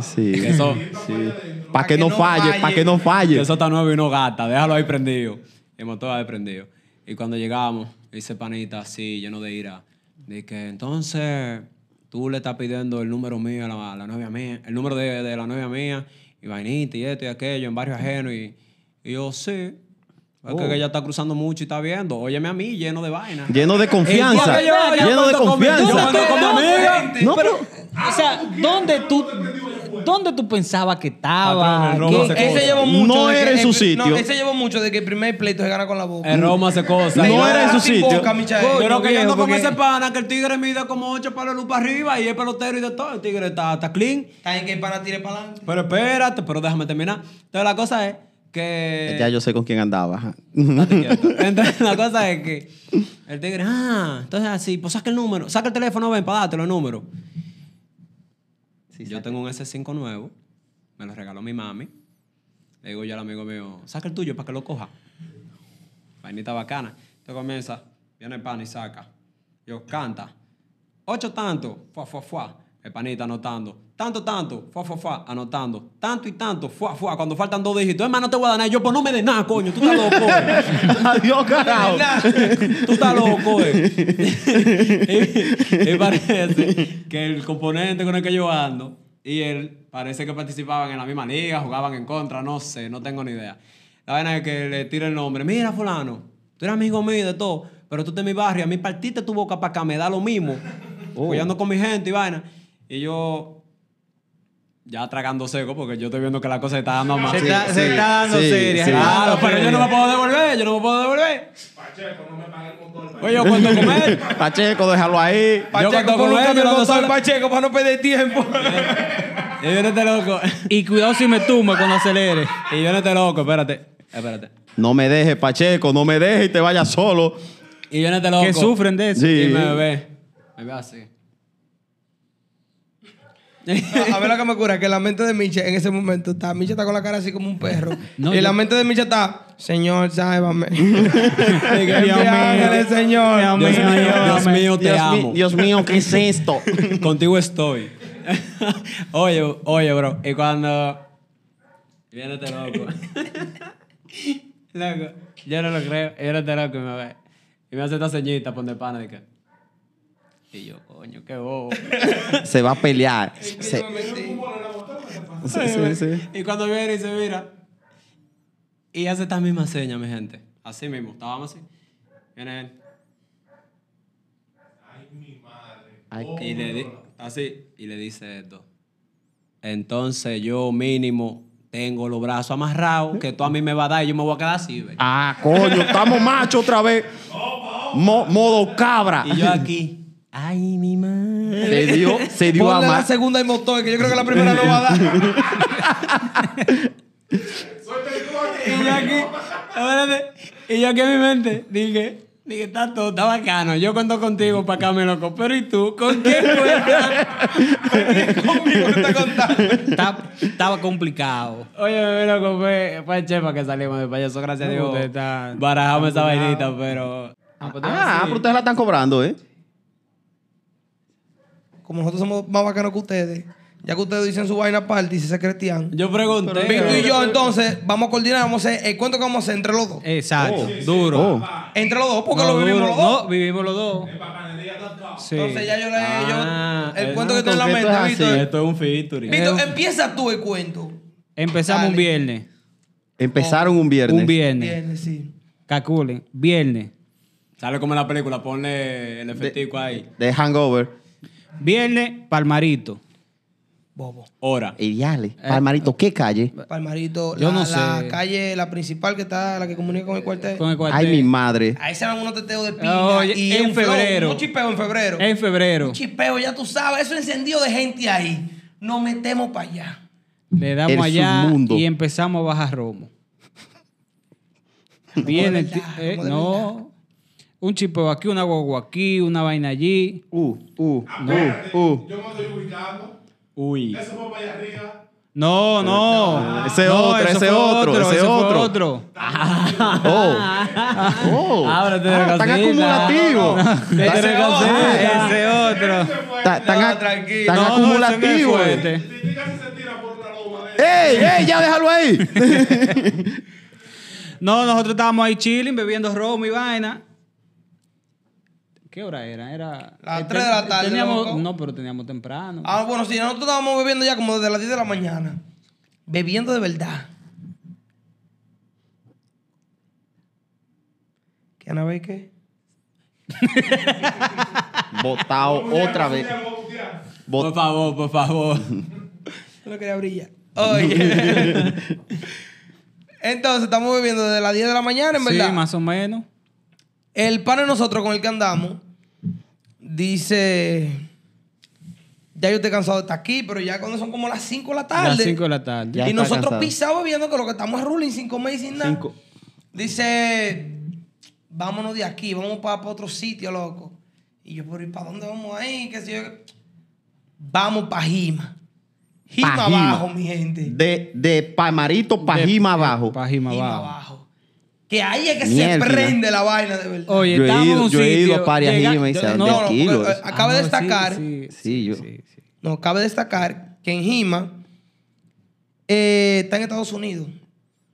B: Sí.
A: Que eso,
B: Para que, no falle, para que no
A: que
B: falle.
A: eso está nuevo y no gata, déjalo ahí prendido. El motor ahí prendido. Y cuando llegamos, dice panita así, lleno de ira, de que entonces tú le estás pidiendo el número mío a la, a la novia mía, el número de, de la novia mía, y vainita y esto y aquello, en barrio ajeno. Y, y yo, sí, es
B: Oh.
A: que ella está cruzando mucho y está viendo, óyeme a mí, lleno de vaina.
B: Lleno de confianza.
A: El día que yo-
B: Lleno de
A: yo cuando comí- yo
B: confianza.
A: cuando comí-
B: No, pero.
C: O sea, ¿dónde tú, ¿dónde tú pensabas que
A: Patrón,
C: estaba?
A: el robo
C: ¿Qué-
A: se
D: Él se
A: cosa.
D: llevó mucho.
B: No
D: de que
B: era en
D: el
B: su
D: pri-
B: sitio. Eh,
D: No, él se llevó mucho de que el primer pleito se gana con la boca.
A: El Roma hace cosas.
B: No era en su
D: Sin
B: sitio.
D: boca, eh. Michael.
A: Yo creo que yo ando con
C: porque-
A: ese pana que el tigre mide como 8 palos de luz para arriba y es pelotero y de todo. El tigre está, está clean.
D: Está en que el pana tire para adelante.
A: Pero espérate, pero déjame terminar. Entonces la cosa es que.
B: Ya yo sé con quién andaba. ajá.
A: Date quieto. Entonces la cosa es que el tigre, ah, entonces así, pues saca el número, saca el teléfono, ven para dártelo el número. yo tengo un S5 nuevo, me lo regaló mi mami. Le digo yo al amigo mío, saca el tuyo para que lo coja. Vainita bacana. Entonces comienza, viene el pan y saca. Yo, canta. Ocho tanto, fuá, fuá, fuá. El panita anotando. Tanto, tanto, fuá, fuá, fuá, anotando. Tanto y tanto, fuá, fuá. Cuando faltan dos dígitos, hermano, no te voy a dar nada. Yo, pues no me des nada, coño. Tú estás loco. eh.
B: Adiós, carajo.
A: Tú estás loco, eh. y, y parece que el componente con el que yo ando y él parece que participaban en la misma liga, jugaban en contra, no sé, no tengo ni idea. La vaina es que le tira el nombre. Mira, fulano, tú eres amigo mío y de todo, pero tú estás en mi barrio, a mí partiste tu boca para acá, me da lo mismo.
B: Oh.
A: Pues yo ando con mi gente y vaina. Y yo, ya tragando seco, porque yo estoy viendo que la cosa se está dando más.
C: Se está,
B: Sí,
C: se
B: sí,
C: está dando
B: sí,
C: seria.
B: sí.
C: se está
A: Claro,
C: dando
A: pero yo
C: seria.
A: no me puedo devolver, yo no me puedo devolver. Oye, yo cuento con él.
B: Pacheco, déjalo ahí.
A: Yo cuento
D: Pacheco,
A: con él,
D: colócame
A: yo
D: el
A: cuento
D: doctor
A: solo.
D: Pacheco para no perder tiempo.
A: Y viene este loco.
C: Y cuidado si me tumba cuando acelere.
A: Y viene este loco, espérate. Espérate.
B: No me dejes, Pacheco, no me dejes y te vayas solo.
A: Y viene este loco.
C: Que sufren de eso.
B: Sí.
A: Y me ve. Me ve así.
D: A ver lo que me cura, que la mente de Micha en ese momento está. Micha está con la cara así como un perro.
C: No,
D: y
C: yo-
D: la mente de Micha está, Señor, sálvame.
A: Dios
D: Envía ángeles, Señor.
C: Dios
A: Dios
C: mío,
A: mío, Dios mío, te
B: Dios
A: amo.
B: mi- Dios mío, ¿qué es esto?
A: Contigo estoy. oye, oye, bro. Y cuando. Viene este loco. loco. Yo no lo creo. Y viene este loco y me ve. Y me hace esta ceñita, pon de pana. de que- Y yo, coño, qué bobo.
B: Se va a pelear. Se- Sí, sí, sí.
A: Y cuando viene y se mira. Y hace esta misma seña, mi gente. Así mismo, estábamos así. Viene él.
B: Ay,
A: Y le di- así, y le dice esto. Entonces yo mínimo tengo los brazos amarrados, que tú a mí me vas a dar y yo me voy a quedar así, ve.
B: Ah, coño, estamos machos otra vez. Mo- modo cabra.
A: Y yo aquí. Ay, mi madre.
B: Se dio, se dio a
D: Ponle la
B: más.
D: segunda y motor, que yo creo que la primera no va a dar.
A: Y yo aquí, espérate, y yo aquí en mi mente dije, dije, está todo, está bacano. Yo cuento contigo para acá, me loco. Pero ¿y tú? ¿Con quién juegas?
D: Conmigo no te contaba.
C: Está- estaba complicado.
A: Oye, me loco, fue, fue el chepa que salimos de payaso. Gracias a
C: No,
A: Dios.
C: usted está-
A: Barajamos esa
C: está
A: vainita, pero... Ah, pues,
B: Ah, pero ustedes la están cobrando, ¿eh?
D: Como nosotros somos más bacanos que ustedes, ya que ustedes dicen su vaina aparte y se secretean.
A: Yo pregunté.
D: Víctor y yo, entonces, vamos a coordinar, vamos a hacer el cuento que vamos a hacer entre los dos.
C: Exacto.
B: Oh. Sí, sí.
C: Duro.
B: Oh.
D: Entre los dos, porque
C: No,
D: lo vivimos
C: duro.
D: los dos.
C: No, vivimos los dos. Sí.
D: Entonces ya yo le
A: Ah,
D: yo, el
A: eh,
D: cuento
B: no,
D: que tengo en la
B: con que esto
D: mente,
B: es así.
D: Víctor.
A: Esto es un featuring.
D: Víctor, empieza tú el cuento.
C: Empezamos
D: Dale.
C: un viernes.
B: Empezaron un viernes.
C: Un viernes.
D: Bien, sí.
C: Calculen. Viernes.
A: Sale como en la película, ponle el efectivo ahí.
B: De Hangover.
C: Viernes, Palmarito.
D: Bobo.
A: Hora.
B: Y diale. Palmarito, ¿qué calle?
D: Palmarito,
C: Yo
D: la,
C: no
D: la
C: sé.
D: calle, la principal que está, la que comunica con el cuartel.
C: Con el cuartel.
B: Ay, mi madre.
D: Ahí se van unos teteos de piña.
C: Oye,
D: y
C: en
D: un flow,
C: febrero.
D: un chispeo en febrero.
C: En febrero.
D: Un chispeo, ya tú sabes, eso encendido de gente ahí. Nos metemos para allá.
C: Le damos
B: El
C: allá
B: submundo.
C: y empezamos a bajar romo.
D: de
C: Viene,
D: verdad,
C: ti- eh,
D: como de
C: no. Un chipeo aquí, una guagua aquí, una vaina allí.
B: Uh, uh, uh,
E: Yo
B: uh.
E: me estoy ubicando.
A: Uy.
E: Eso fue para allá arriba.
C: No, no.
B: ese
C: No,
B: otro,
C: eso
B: ese
C: fue
B: otro, ese
C: eso fue
B: otro. Ah, Oh. Oh.
A: Ahora te
B: Ah, Tan
A: recocina.
B: acumulativo.
C: Este
A: Te
B: Tan-
A: recocina.
C: Ese otro.
B: Tan, tan,
D: No,
B: ac-
D: tranquilo.
B: tan
C: No, no, ese no es
B: acumulativo. eh.
C: fuerte.
E: Titi casi se tira por una loma. de-
B: ¡Ey, ey! Ya déjalo ahí.
C: No, nosotros estábamos ahí chilling, bebiendo romo y vaina. ¿Qué hora era? Era.
D: Las
C: eh,
D: tres de la tarde,
C: teníamos-
D: loco.
C: No, pero teníamos temprano.
D: Ah, bueno, sí, nosotros estábamos bebiendo ya como desde las 10 de la mañana. Bebiendo de verdad. ¿Qué, Anabel, qué?
B: Botado otra vez.
A: Por favor, por favor.
D: Yo no quería brillar. Oye. Entonces, estamos bebiendo desde las 10 de la mañana, en
C: sí,
D: verdad.
C: más o menos.
D: El pana de nosotros con el que andamos dice: Ya yo estoy cansado de estar aquí, pero ya cuando son como las 5 de la tarde.
C: Las 5 de la tarde.
B: Ya
D: y
B: está
D: nosotros
B: cansado.
D: pisados viendo que lo que estamos es ruling sin comer y sin nada.
B: Cinco.
D: Dice, vámonos de aquí, vamos para otro sitio, loco. Y yo, pero ¿y para dónde vamos ahí? ¿Qué sé yo? Vamos para Jima. Jima
B: Pa' Jima.
D: abajo, mi gente.
B: De, de Palmarito, Pajima abajo.
C: Pajima
D: Jima
C: abajo.
D: abajo. Que ahí es que
B: Mierda.
D: se prende la vaina, de verdad.
C: Oye,
B: Yo he
C: estamos en
B: ido-
C: un
B: yo he
C: sitio,
B: ido a Pari a Jima y se dan Oh, de aquí. kilos.
D: porque, eh, acaba de
C: Ah, no, sí,
D: destacar,
C: Sí,
B: Sí, yo.
C: sí.
D: no, cabe destacar que en Jima eh, está en Estados Unidos.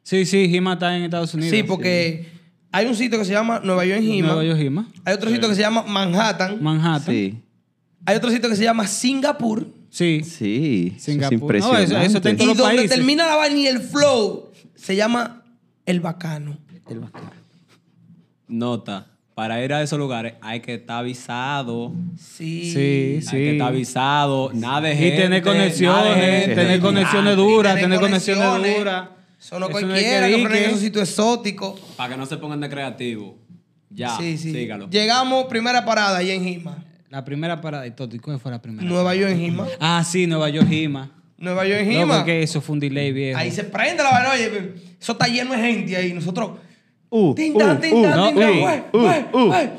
C: Sí, sí, Jima está en Estados Unidos.
D: sí, porque hay un sitio que se llama Nueva York en
C: Sí.
D: Jima.
C: Nueva York, Jima.
D: Hay otro sitio que se llama Manhattan.
C: Manhattan. Sí.
B: Sí.
D: Hay otro sitio que se llama Singapur.
C: Sí.
B: Sí. eso Es
C: Singapur. No, eso-
B: impresionante.
C: eso está en
D: Y
C: todos los
D: donde
C: países.
D: termina la vaina y el flow se llama El Bacano.
A: Nota. Para ir a esos lugares hay que estar avisado.
D: Sí.
C: Sí,
A: Hay que estar avisado. Nada de
C: Y
A: gente.
C: tener
A: nada de
C: conexiones,
A: gente.
C: tener conexiones duras,
D: Tiene
C: tener conexiones duras. Eso
D: Eso no
C: no hay
D: cualquiera,
C: que
D: que ponen
C: dique.
D: esos sitios exóticos.
A: Para que no se pongan de creativo. Ya.
D: sí, sí.
A: Sígalo.
D: Llegamos, primera parada ahí en Jima.
C: La primera parada de Toti, ¿cuál fue la primera?
D: Nueva York en Jima.
C: Ah, sí, Nueva York, Jima.
D: Nueva York en
C: No,
D: Jima.
C: porque eso fue un delay viejo.
D: ahí se prende la vaina. Oye, eso está lleno de gente ahí. Nosotros.
B: Uh,
D: Tin,
B: uh,
D: tan, tin, tan,
C: no,
D: tin, tan,
C: uh,
D: güey,
B: uh,
D: güey,
B: uh.
D: güey.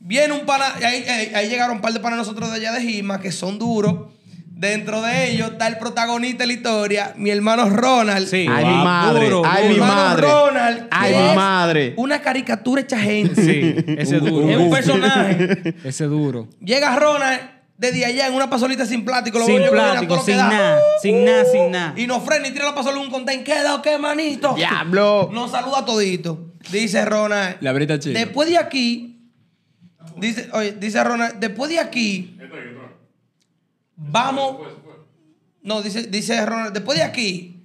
D: Viene un pana, ahí, ahí- ahí llegaron un par de panas nosotros de allá de Gima que son duros. Dentro de ellos está el protagonista de la historia, mi hermano Ronald.
C: Sí.
B: Ay, mi
C: Guau,
B: madre.
C: duro,
B: ay,
D: Mi
B: mi
D: hermano
B: madre.
D: Ronald.
B: Ay,
D: que
B: mi
D: es
B: madre.
D: Una caricatura hecha gente.
C: Sí, ese duro.
D: Es un personaje.
C: Ese duro.
D: Llega Ronald desde allá en una pasolita sin plástico. Lo
C: Sin
D: voy a llevar a
C: plástico,
D: todo lo que Uh.
C: sin
D: da.
C: nada, sin nada, sin nada.
D: Y nos frena y tira la pasola en un contén. ¿Queda o qué,
C: Uh.
D: manito?
B: Diablo.
D: Nos saluda todito. Dice Ronald.
A: La brita chica.
D: Después de aquí, dice, oye, dice Ronald, después de aquí, vamos. No, dice, dice Ronald, después de aquí,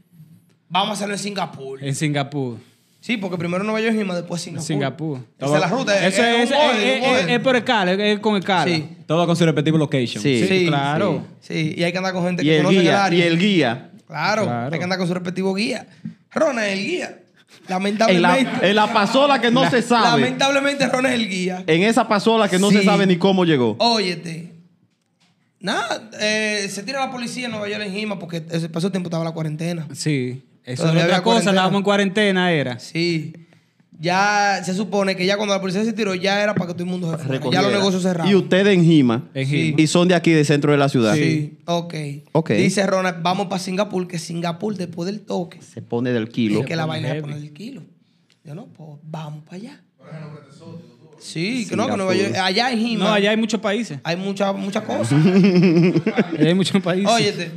D: vamos a hacerlo en Singapur.
C: En Singapur.
D: Sí, porque primero Nueva York y más después Singapur.
C: Singapur.
D: Esa es la ruta.
C: Eso es,
D: un
C: es- es-
D: orden, un
C: es-
D: orden.
C: es por el calo, es, es con el calo.
D: Sí.
A: Todo con su respectivo location.
B: Sí.
C: Sí, claro.
D: Sí, y hay que andar con gente
B: Y
D: que
B: el
D: conoce el
B: guía.
D: área.
B: Y el guía.
D: Claro,
C: Claro.
D: hay que andar con su respectivo guía. Ronald es el guía.
B: En la,
D: Lamentablemente.
B: en la pasola que no se sabe.
D: Lamentablemente Ronald es el guía.
B: En esa pasola que no se
D: Sí. Oh,
B: sabe ni cómo llegó.
D: Óyete. Nada, eh, se tira la policía en Nueva York en Jima porque ese pasó tiempo estaba la cuarentena.
C: Sí. Eso
D: Todavía
C: es otra cosa,
D: había cuarentena.
C: estábamos en cuarentena, era.
D: Sí. Ya se supone que ya cuando la policía se tiró, ya era para que todo el mundo se fuera. Ya
B: Recogiera.
D: los negocios cerraron.
B: Y ustedes en Jima.
C: En Jima.
B: Y son de aquí, del centro de la ciudad.
D: Sí. Ok.
B: Ok.
D: Dice Ronald, vamos para Singapur, que Singapur después del toque,
B: Se pone del kilo.
D: que la
C: pone
D: vaina es
C: heavy.
D: poner el kilo. Yo no, pues vamos para allá. Sí, que no, que Nueva
B: Singapur.
D: York- allá en Jima
C: No, allá hay muchos países.
D: hay muchas muchas cosas.
C: Allá hay muchos países.
D: Óyete.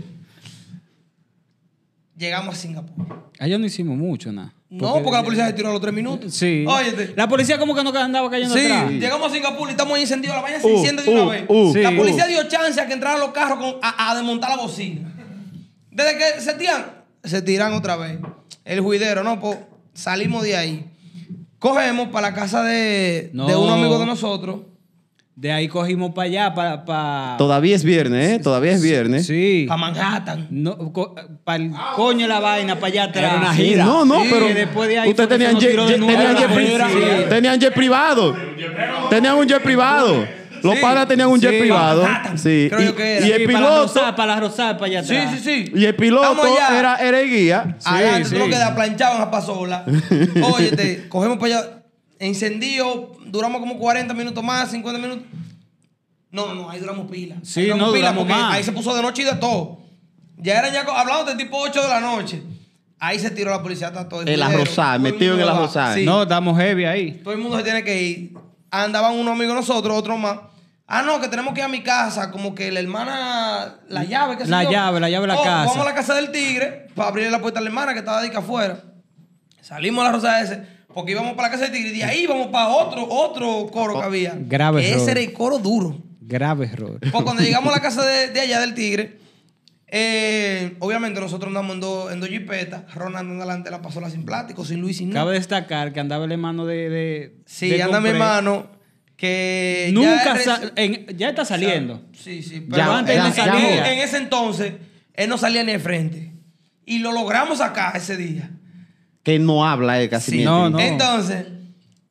D: Llegamos a Singapur.
C: Allá no hicimos mucho, nada.
D: no, porque la policía se tiró a los tres minutos.
C: Sí.
D: Óyete.
C: La policía como que no andaba cayendo
D: Sí,
C: atrás.
D: llegamos a Singapur y estamos en incendio. La vaina se
B: Uh,
D: enciende de una
B: uh,
D: vez.
B: uh,
D: la
C: sí,
D: policía
C: uh.
D: dio chance a que entraran los carros con- a, a desmontar la bocina. Desde que se tiran, se tiran otra vez. El juidero, no, pues salimos de ahí. Cogemos para la casa de,
C: No.
D: de un amigo de nosotros.
C: De ahí cogimos para allá, para... Pa...
B: Todavía es viernes, ¿eh? Todavía es viernes.
C: Sí.
D: Para Manhattan.
C: No, para el coño la vaina, para allá atrás.
A: Era una
C: Sí.
A: gira.
B: No, no,
C: Sí,
B: pero
C: que después de ahí
B: ustedes
C: fue que se
B: tenían
C: nos
B: jet,
C: tiró de
B: jet-
C: nuevo.
B: tenían
C: Era
B: jet
C: una
B: pri-
C: gira.
B: sí, tenían jet privado. Tenían un jet privado. Los padres tenían un jet
C: Sí.
B: privado.
D: Manhattan,
B: Sí.
D: creo
B: Y,
D: yo que era.
B: y
C: Sí,
B: el
C: Para la
B: piloto,
C: Rosada, para la Rosada, para allá
D: Sí,
C: atrás.
D: sí, sí.
B: y el piloto
D: Vamos allá.
B: era, era el guía.
D: Adelante,
C: sí.
D: tú lo que da planchado en Japasola. Óyete, cogemos para allá. Encendido, duramos como 40 minutos más, 50 minutos. No, no, no, ahí duramos pila.
C: Sí,
D: ahí
C: no, duramos
D: porque
C: más.
D: Ahí se puso de noche y de todo. Ya eran ya co- hablando de tipo 8 de la noche. Ahí se tiró la policía hasta todo
B: El
D: juidero.
B: arrozal,
D: Todo
B: metido en
D: mundo
B: el
D: va.
B: arrozal.
D: Sí,
C: No, estamos heavy ahí.
D: Todo el mundo se tiene que ir. Andaban unos amigos nosotros, otros más. Ah, no, que tenemos que ir a mi casa, como que la hermana, la llave, que
C: La llave, la llave de la casa.
D: Oh, Vamos a la casa del tigre para abrirle la puerta a la hermana que estaba de que afuera. Salimos a la rosa ese, porque íbamos para la casa del tigre y de ahí íbamos para otro, otro coro que había.
C: Grave
D: Que
C: error.
D: Ese era el coro duro.
C: Grave error.
D: Pues cuando llegamos a la casa de, de allá del tigre, eh, obviamente nosotros andamos en dos en dos jipetas, Ronald anda adelante la pasola sin plástico, sin Luis, sin nada.
C: Cabe destacar que andaba el hermano de... de
D: Sí,
C: de
D: anda
C: Compré.
D: mi hermano que ya
C: Nunca...
D: es-
C: sa- en- Ya está saliendo.
D: Sí, sí,
C: Ya
D: pero
C: antes
D: él
C: no
D: en-
C: salía.
D: En, ese entonces él no salía ni de frente y lo logramos acá ese día.
B: Que no habla, eh, casi.
D: Sí.
B: ni-
C: No, no.
D: Entonces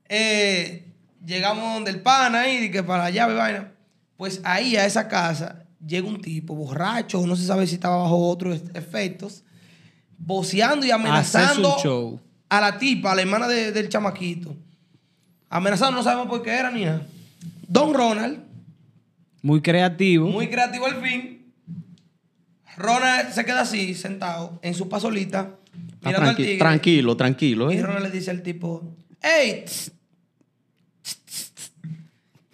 D: eh, llegamos donde el pana ahí que para allá llave vaina. Pues ahí a esa casa llega un tipo borracho, no se sabe si estaba bajo otros e- efectos, voceando y amenazando
C: Hace su show.
D: a la tipa, a la hermana de- del chamaquito. Amenazando, no sabemos por qué era ni nada. Don Ronald
C: Muy creativo.
D: Muy creativo al fin. Ronald se queda así, sentado, en su pasolita,
B: Está
D: mirando al
B: tranqui-
D: tigre.
B: tranquilo, tranquilo.
D: Y
B: eh.
D: Ronald le dice al tipo, ¡Ey! tss, tss, tss, tss".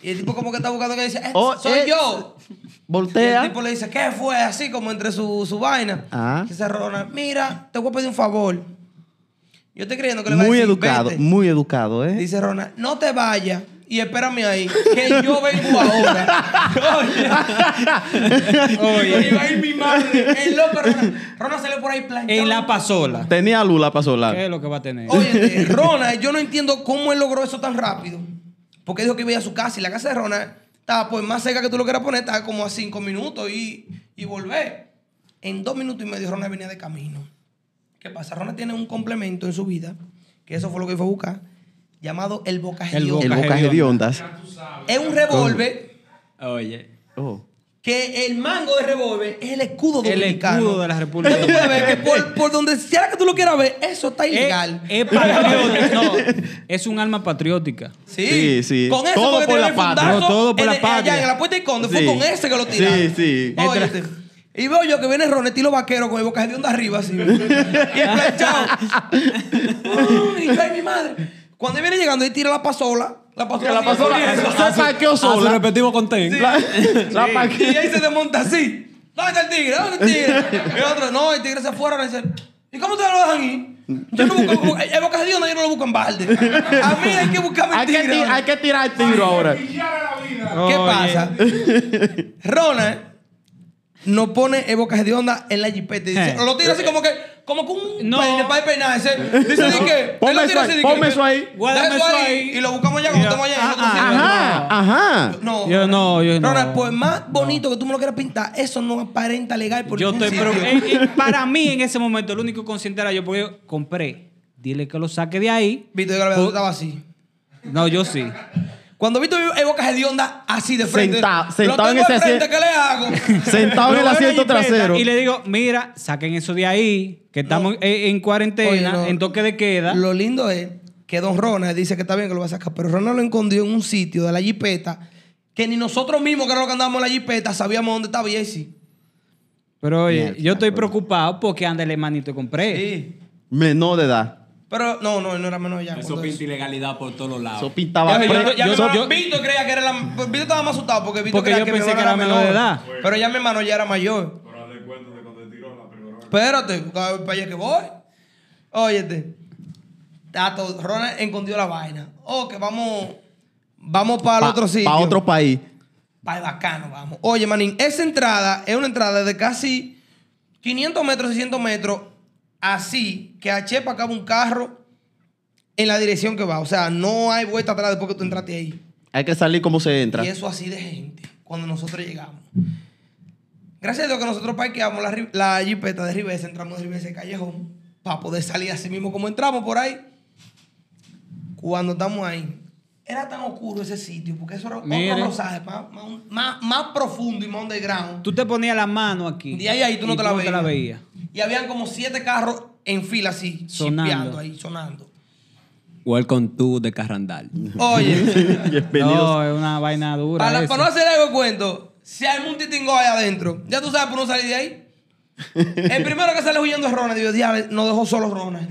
D: Y el tipo como que está buscando que dice, "Eh,
B: Oh,
D: ¡Soy
B: eh,
D: yo! Y el
B: Voltea.
D: tipo le dice, ¿qué fue? Así como entre su, su vaina.
B: Ah.
D: Dice Ronald, mira, te voy a pedir un favor. Yo estoy creyendo que le va a
B: Muy
D: decir,
B: educado,
D: "Vete".
B: muy educado, ¿eh?
D: Dice Ronald, no te vayas y espérame ahí, que yo vengo ahora. Oye, oye, va a ir mi madre. El loco Ronald. Ronald salió por ahí planchado.
C: En la pasola.
B: Tenía a Lula para
C: ¿Qué
B: solar.
C: es lo que va a tener?
D: Oye, Ronald, yo no entiendo cómo él logró eso tan rápido. Porque dijo que iba a ir a su casa y la casa de Ronald estaba pues más cerca que tú lo quieras poner, estaba como a cinco minutos y, y volver. En dos minutos y medio Ronald venía de camino. ¿Qué pasa? Ronald tiene un complemento en su vida, que eso fue lo que fue a buscar, llamado el Boca
C: El
D: Hediondo.
B: El boca
C: Boca
B: de ondas.
D: Es un revólver
A: Oye.
B: Oh.
D: que el mango de revólver es el escudo
C: El
D: dominicano.
C: escudo de la República
D: Ya tú puedes ver que por, por donde sea que tú lo quieras ver, eso está
C: Es-
D: ilegal.
C: Es, patriota. No, es un alma patriótica.
D: Sí,
B: Sí, sí.
D: Con ese
B: Todo
D: fue que
B: por
D: tiraron
B: la
D: el
B: patria.
D: fundazo
C: No, todo por
D: en-
C: la
D: allá
C: patria.
D: en la puerta de Conde fue
B: Sí.
D: con ese que lo tiraron.
B: Sí, sí.
D: Óyete. Y veo yo que viene Ronetti y los vaqueros con el bocaje de onda arriba así. y el planchado. Ay, ay, mi madre. Cuando él viene llegando, él tira la pasola. La pasola.
B: La
D: sigue
B: pasó la.
D: corriendo.
B: Se
D: Ah,
B: parqueó
A: A Ah, su
B: sola.
A: respectivo contén.
B: La, la
D: Y
B: parqueó.
D: ahí se desmonta así. ¿Dónde está el tigre? ¿Dónde está el tigre? Y el otro, no, el tigre se fue ahora. Y dice, ¿y cómo ustedes lo dejan ir? Yo no busco, el boca de onda yo no lo busco en balde. A mí hay que buscarme el
B: Hay que,
D: tigre.
B: ti-
D: ahora.
B: hay que tirar el tiro ahora.
E: Pillara la vida.
D: ¿Qué
C: Oye.
D: pasa? Ronald no pone el boca de onda en la jipeta. y dice-
C: Eh.
D: Lo tira así como que, como con un
C: No.
D: peine para peinarse. Dice de que. él
B: Ponme
D: lo tira
B: eso
D: así
B: ahí,
D: de que-
B: ponme eso ahí.
D: Da eso ahí. Y lo buscamos ya
C: Mira,
D: cuando estemos allá. y lo
C: ah,
D: conseguimos.
B: Ajá, ajá.
D: No.
C: Yo no, yo no.
D: Ronald, por más bonito que tú me lo quieras pintar, eso no aparenta legal. Por
C: Yo
D: ningún
C: estoy
D: sitio.
C: pero- eh, eh, para mí en ese momento el único consciente era yo porque yo compré. Dile que lo saque de ahí.
D: Viste, yo la verdad estaba así.
C: No, yo sí.
D: Cuando Víctor Vivo- es boca de onda así de frente.
B: Senta-
D: lo
B: sentado en
D: tengo
B: ese
D: de frente,
B: asiento.
D: ¿Qué le hago?
B: Sentado en
C: Lo
B: el
C: veo
B: asiento
C: en la jipeta
B: trasero.
C: Y le digo, mira, saquen eso de ahí, que estamos en, en cuarentena,
D: Oye, no.
C: en toque de queda.
D: Lo lindo es que Don Rona dice que está bien que lo va a sacar, pero Rona lo escondió en un sitio de la jipeta que ni nosotros mismos, que era lo que andábamos en la jipeta, sabíamos dónde estaba Jesse.
C: Pero oye,
B: Mierda,
C: yo estoy
B: bro.
C: preocupado porque ándale, manito, y compré.
B: Menor de edad.
D: Pero no, no, él no era menos ya.
A: Eso pinta ilegalidad por todos los lados.
B: Eso pintaba.
D: Ah. ya,
B: pre-
D: ya, ya mi
C: yo-
D: hermano-
C: yo-
D: Víctor creía que era la. Víctor estaba más asustado porque Víctor
C: Porque
D: creía
C: yo
D: que
C: pensé
D: mi
C: que
D: hermano
C: era
D: era menor
C: menor de edad.
D: Pero ya mi hermano ya era mayor.
E: Pero hazte cuenta de cuando te tiró la primera vez.
D: Espérate, ca- para allá que voy. Óyete. Tato, Ronald escondió la vaina. Oh, que vamos. Vamos para el
B: pa-
D: otro sitio.
B: pa' otro país.
D: Para bacano, vamos. Oye, Manín, esa entrada es una entrada de casi 500 metros, 600 metros, así que a Chepa acaba un carro en la dirección que va. O sea, no hay vuelta atrás después que tú entraste ahí.
B: Hay que salir como se entra.
D: Y eso así de gente, cuando nosotros llegamos. Gracias a Dios que nosotros parqueamos la, ri- la jipeta de Rivesa, entramos de Rivesa de Callejón, para poder salir así mismo como entramos por ahí. Cuando estamos ahí, era tan oscuro ese sitio, porque eso era
C: Mire.
D: otro rosaje, más, más, más- más profundo y más underground.
C: Tú te ponías la mano aquí.
D: De ahí a ahí tú no
C: y
D: te la
C: te
D: veías.
C: la veías.
D: Y habían como siete carros en fila así,
C: Sonando.
D: sonando ahí, sonando.
A: Welcome to de Carrandal.
D: Oye,
B: Bienvenidos.
C: No, es una vaina dura.
D: para,
C: eso.
D: para no hacer algo de cuento, si hay un titingo ahí adentro, ya tú sabes por no salir de ahí. El primero que sale huyendo es Rona. Digo, diablo, no dejó solo Rona.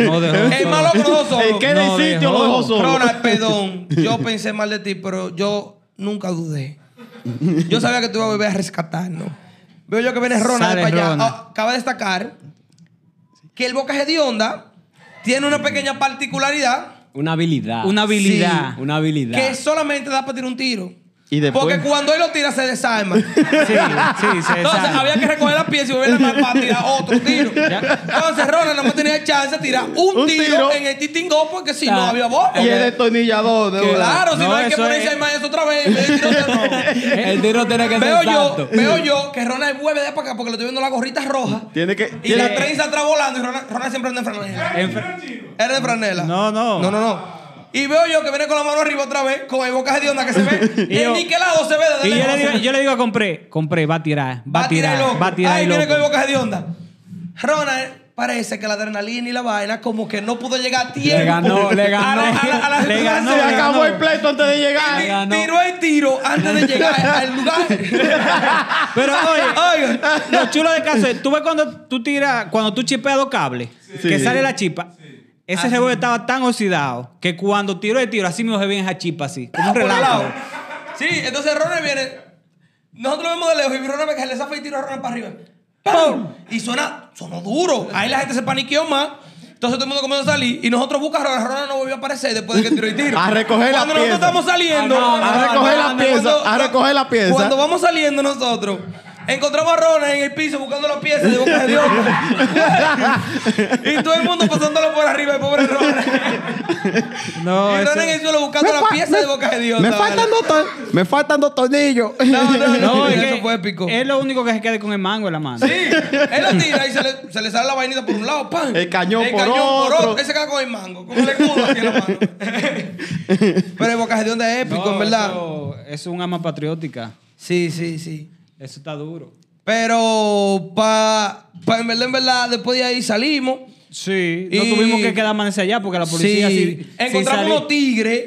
C: No, dejó
D: El
C: solo.
D: malo que no dejó
B: El
D: solo.
B: que
C: No,
B: del sitio lo dejó
C: dejó.
B: solo.
D: Rona, perdón. Yo pensé mal de ti, pero yo nunca dudé. Yo sabía que tú ibas a volver a rescatarnos. Veo yo que viene Rona
C: Sale
D: de para allá.
C: Rona.
D: Ah, acaba de destacar que el Boca Hedionda tiene una pequeña particularidad.
A: Una habilidad.
C: Una habilidad.
A: Una habilidad.
D: que solamente da para tirar un tiro.
B: Y después-
D: Porque cuando él lo tira se desarma.
C: Sí, sí, se
D: Entonces
C: desarma.
D: había que recoger la pieza y volverla más para tirar otro tiro. Entonces Ronald no más tenía chance de tirar un,
B: Un
D: tiro,
B: tiro.
D: en el titingo porque si
C: Claro.
D: no había boca.
B: Y el destornillador. de verdad.
D: Claro, si
C: No,
D: no, hay que
C: eso
D: ponerse
C: es-
D: a armar eso otra vez. en vez de tiroteo, no.
A: El tiro tiene que
D: Veo
A: ser
D: yo,
A: santo.
D: veo yo que Ronald vuelve de para acá porque le estoy viendo la gorrita roja.
B: Tiene que.
D: Y la
B: Tiene,
D: trenza atrás volando y Ronald, Ronald siempre anda en franela.
C: En fra-
D: Era de franela.
C: No, no.
D: No, no, no. Y veo yo que viene con la mano arriba otra vez, con el bocaje de onda que se ve.
C: Y yo-
D: el niquelado se ve desde
C: Y yo le,
D: lejos.
C: digo, yo le digo a compré, compré, va a tirar, va a tirar,
D: loco.
C: va a tirar.
D: Ahí
C: el
D: viene
C: loco.
D: con el bocaje de onda. Ronald eh, parece que la adrenalina y la vaina como que no pudo llegar a tiempo.
A: Le ganó, le ganó.
D: A la, a la- a la-
C: Le ganó,
B: se
C: no, le
B: acabó
C: ganó.
B: el pleito antes de
D: Ti-
B: llegar.
A: ganó.
D: Tiró el tiro antes de llegar al lugar.
C: Pero oye,
D: Oiga.
C: lo chulo de caso es, tú ves cuando tú tiras, cuando tú chipeas dos cables, que
B: Sí.
C: sale la chispa.
D: Ah,
C: Ese rebote estaba tan oxidado que cuando tiro el tiro, así mismo se viene esa chispa así, como un
D: por al
C: relámpago.
D: lado. Sí, entonces Ronald viene. Nosotros lo vemos de lejos y Ronald ve que se le zafa y tira a Ronald para arriba. ¡Pam! Y suena, sonó duro. Ahí la gente se paniqueó más. Entonces todo el mundo comenzó a salir y nosotros buscamos a Ronald. Ronald no volvió a aparecer después de que tiró y tiro.
B: A recoger la
D: Cuando
B: pieza.
D: nosotros estamos saliendo.
A: Ah, no, no,
B: A recoger la pieza, a recoger la pieza.
D: Cuando vamos saliendo nosotros, encontramos a Ronald en el piso buscando las piezas de boca de Dios. y todo el mundo pasándolo por arriba, el pobre Ronald.
C: No,
D: y
C: eso-
D: Ronald en el suelo buscando las
B: fa-
D: piezas de boca de Dios.
B: me
D: ¿sabes?
B: faltan dos tor- me faltan dos tornillos.
D: No, no, no,
C: No, es
D: eso
C: que
D: fue épico.
C: Es lo único que se queda con el mango en la mano.
D: Sí, él lo tira y se le, se le sale la vainita por un lado, ¡pam!
B: El cañón por otro.
D: Él se queda con el mango, con el escudo aquí en la mano. Pero el bocaje de onda es épico,
C: No,
D: en verdad.
C: eso- eso es un ama patriótica.
D: Sí, sí, sí.
C: Eso está duro.
D: Pero, pa, pa, en verdad, en verdad, después de ahí salimos.
C: Sí, no
D: Y-
C: tuvimos que quedar amanecer allá porque la policía sí, sí
D: Encontramos
C: salió.
D: unos tigres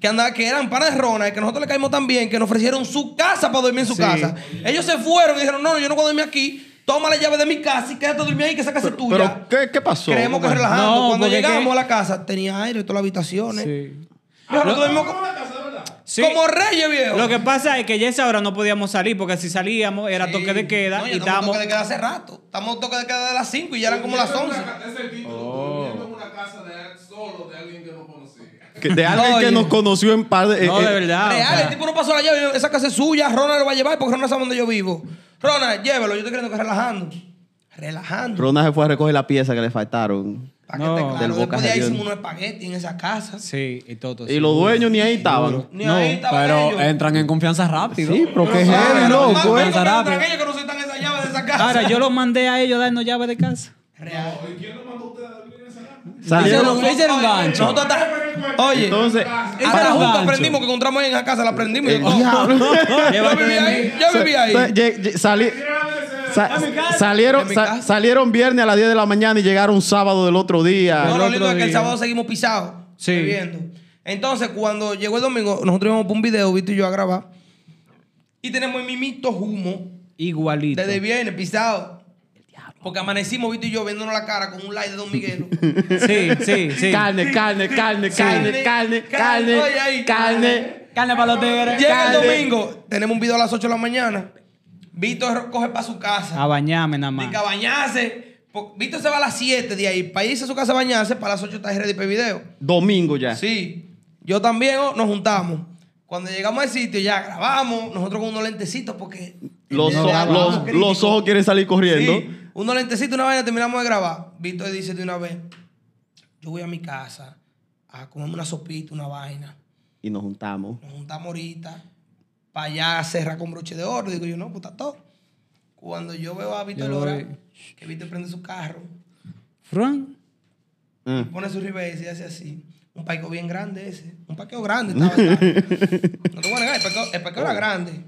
D: que andaban, que eran panas de Rona y que nosotros le caímos tan bien que nos ofrecieron su casa para dormir en su
C: Sí.
D: casa. Ellos se fueron y dijeron, no, no, yo no voy a dormir aquí. Toma la llave de mi casa y quédate a dormir ahí que esa casa es tuya.
B: Pero, ¿qué, qué pasó?
D: Creemos que
B: Bueno,
D: relajando.
C: No,
D: Cuando
C: porque
D: llegamos
C: que-
D: a la casa, tenía aire en todas las habitaciones.
C: Sí.
D: Nosotros dormimos
E: ¿Cómo
D: como,
E: la casa, verdad?
C: Sí.
D: como reyes, viejo.
C: Lo que pasa es que ya a esa hora no podíamos salir porque si salíamos era toque de queda
D: No, ya
C: y
D: estamos
C: estábamos.
D: toque de queda hace rato. Estamos toque de queda de las 5 y ya eran como las 11.
E: Es el título. Durmiendo en una casa de solo de alguien que no conocía.
B: que- De alguien
D: Oye.
B: que nos conoció en par de.
C: No,
B: eh,
C: de
B: eh,
C: verdad. o
D: Real,
C: sea,
D: el tipo no pasó la llave. Esa casa es suya. Ronald lo va a llevar porque Ronald sabe dónde yo vivo. Ronald, llévelo. Yo estoy creyendo que relajando. Relajando.
B: Ronald se fue a recoger la pieza que le faltaron.
D: Para
C: No,
D: que esté
B: del
D: claro. Después de ahí
B: Bocajarrión.
D: hicimos unos espaguetis en esa casa.
C: Sí, y todo.
B: Y los dueños ni ahí estaban.
D: Pues Ni
C: No,
D: ahí estaban
A: Pero
D: ellos.
A: entran en confianza rápido.
B: Sí, pero qué
D: Ah,
B: heavy,
D: pero
A: no,
C: eh.
D: más
B: loco. eh.
A: güey.
D: rico que
A: Rápido.
D: entran ellos que no sueltan esa llave de esa casa.
C: Ahora yo los mandé a ellos a darnos llave de casa.
D: Real.
E: ¿Y quién lo mandó a usted a dormir en esa casa?
D: Ah,
B: Salieron.
A: Ese era un gancho.
D: Nosotros hasta- oye,
B: Entonces,
A: Ese
D: hasta
A: era un
D: juntos
A: gancho.
D: aprendimos que encontramos en la casa, la aprendimos. y
B: El
D: todo.
B: diablo.
D: Yo viví ahí, yo viví ahí.
B: Entonces, lleg- lleg- sali- sa- salieron,
D: De mi
B: sa-
D: casa.
B: salieron viernes a las 10 de la mañana y llegaron sábado del otro día.
D: No,
C: El
D: lo
C: otro
D: lindo es que el
C: día.
D: sábado seguimos pisados.
C: Sí.
D: Bebiendo. Entonces, cuando llegó el domingo, nosotros íbamos por un video, Vito y yo, a grabar. Y tenemos el mimito humo
C: Igualito.
D: desde viernes pisado. Porque amanecimos, Vito y yo, viéndonos la cara con un like de Don Miguelo.
C: Sí, sí, sí.
B: Carne, carne, carne, carne, carne, carne,
D: Oye, ahí.
B: carne.
A: Carne para los tigres.
D: Llega el
B: Calde.
D: domingo, tenemos un video a las 8 de la mañana. Vito ro- coge para su
C: A
D: casa.
C: bañarme nada
D: Dice a
C: más.
D: bañarse. Po- Vito se va a las 7 de ahí. Para irse a su casa a bañarse, para las 8 está ready para el video.
B: Domingo ya.
D: Sí. Yo también oh, nos juntamos. Cuando llegamos al sitio ya grabamos, nosotros con unos lentecitos porque...
B: Los,
D: Ya
B: ojos-
D: grabamos
B: los-
D: crítico.
B: los ojos quieren salir corriendo.
D: Sí, unos lentecitos una vaina terminamos de grabar. Víctor dice de una vez, yo voy a mi casa a comerme una sopita, una vaina.
B: Y nos juntamos.
D: Nos juntamos ahorita para allá cerrar con broche de oro. Digo yo, no, pues está todo. Cuando yo veo a Víctor
C: Yo
D: Lora,
C: voy.
D: que Víctor prende su carro,
C: Fran.
B: Mm.
D: pone su reverse y hace así. Un paico bien grande ese. Un paqueo grande. estaba el carro. no te voy a negar, el paqueo, el paqueo era grande.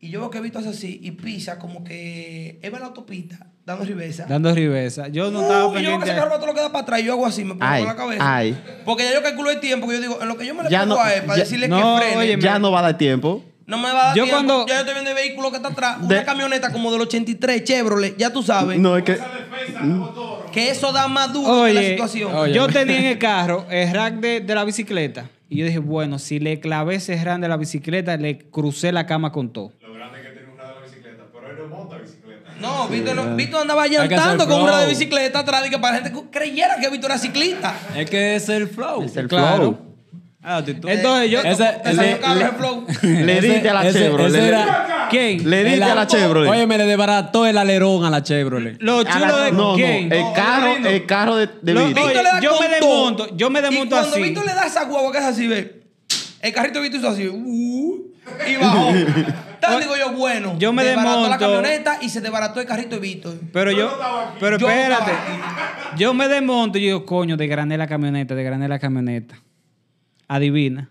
D: Y yo veo que Víctor hace así y pisa como que él va en la autopista dando reversa.
C: Dando ribesa. Yo no
D: Uh,
C: estaba
D: y yo veo que
C: pendiente.
D: ese carro va todo lo que da para atrás y yo hago así, me pongo
B: Ay,
D: con la cabeza.
B: ay.
D: Porque ya yo calculo el tiempo que yo digo, en lo que yo me le
B: Ya
D: pongo
B: no-
D: a él para
B: ya-
D: decirle
C: no,
D: que frene,
C: oye,
B: Ya no va a dar tiempo.
D: no me va a dar
C: Yo
D: tiempo.
C: cuando-
D: Ya yo estoy viendo el vehículo que está atrás, una
B: De-
D: camioneta como del 83 Chevrolet, ya tú sabes,
B: No, es que.
D: que eso da más duro que la
C: Oye,
D: situación.
A: Oye.
C: yo tenía en el carro el rack de, de la bicicleta. Y yo dije, bueno, si le clavé ese rack de la bicicleta, le crucé la cama con todo.
E: Lo grande es que tiene un lado de la bicicleta, pero él no monta bicicleta.
D: No, Víctor, no- Víctor andaba
A: que
D: llantando
A: hacer
D: con una
A: flow.
D: de bicicleta atrás y que para la gente creyera que Víctor era ciclista.
A: Es que es el flow.
B: Es el flow.
A: Ah, actitud.
C: Entonces yo.
A: Ese-
D: Te salió
A: le-
D: Carlos
A: le-
D: el flow.
B: Le
A: Ese-
B: diste a la
A: ese-
B: Chevrolet.
A: ese
B: Le-
A: era-
C: ¿Quién?
B: Le diste
A: El
B: a la Chevrolet.
A: Oye, me le desbarató el alerón a la Chevrolet.
C: Lo
B: A la-
C: chulo de
B: Ah, no, no,
C: ¿quién?
B: el carro,
D: lindo.
B: el carro de, de
C: Lo-
B: Vito.
C: oye,
D: Víctor le da
C: yo
D: con
C: me
D: todo.
C: desmonto, yo me desmonto
D: y cuando
C: así.
D: Víctor le da esa guagua que es así, ve. El carrito de Víctor hizo así, uh, y bajó. Tan digo yo, bueno.
C: Yo me
D: desbarató la
C: desmonto.
D: camioneta y se desbarató el carrito de Víctor.
C: Pero yo, pero
D: Yo no estaba
C: espérate. Yo me desmonto y digo, coño, desgrané la camioneta, desgrané la camioneta. Adivina.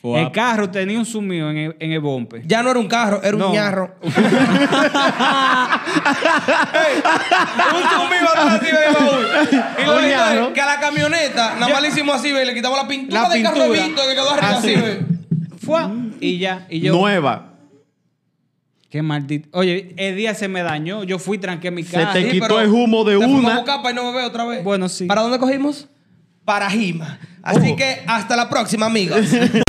A: Fue
C: El carro tenía un sumido en el, en el bumper.
D: Ya no era un carro, era
C: No.
D: un ñarro. Ey, un zumbido atrás así, ve, baúl. Y lo
B: Un
D: lindo es
B: ñarro.
D: que a la camioneta, nada más le hicimos así, ve, le quitamos la pintura
C: La
D: del carro de
C: pintura.
D: Víctor que quedó arriba
B: Ah,
D: así, ve.
C: Fua, y ya, y yo.
B: Nueva.
C: Qué maldito. Oye, el día se me dañó. Yo fui, tranqué mi
B: Se
C: casa.
B: te quitó
D: pero
B: el humo de
D: te fuimos
B: una.
D: a buscar para y no beber otra vez.
C: Bueno, sí.
D: ¿Para dónde cogimos? Para Jima. Así que hasta la próxima, amigos.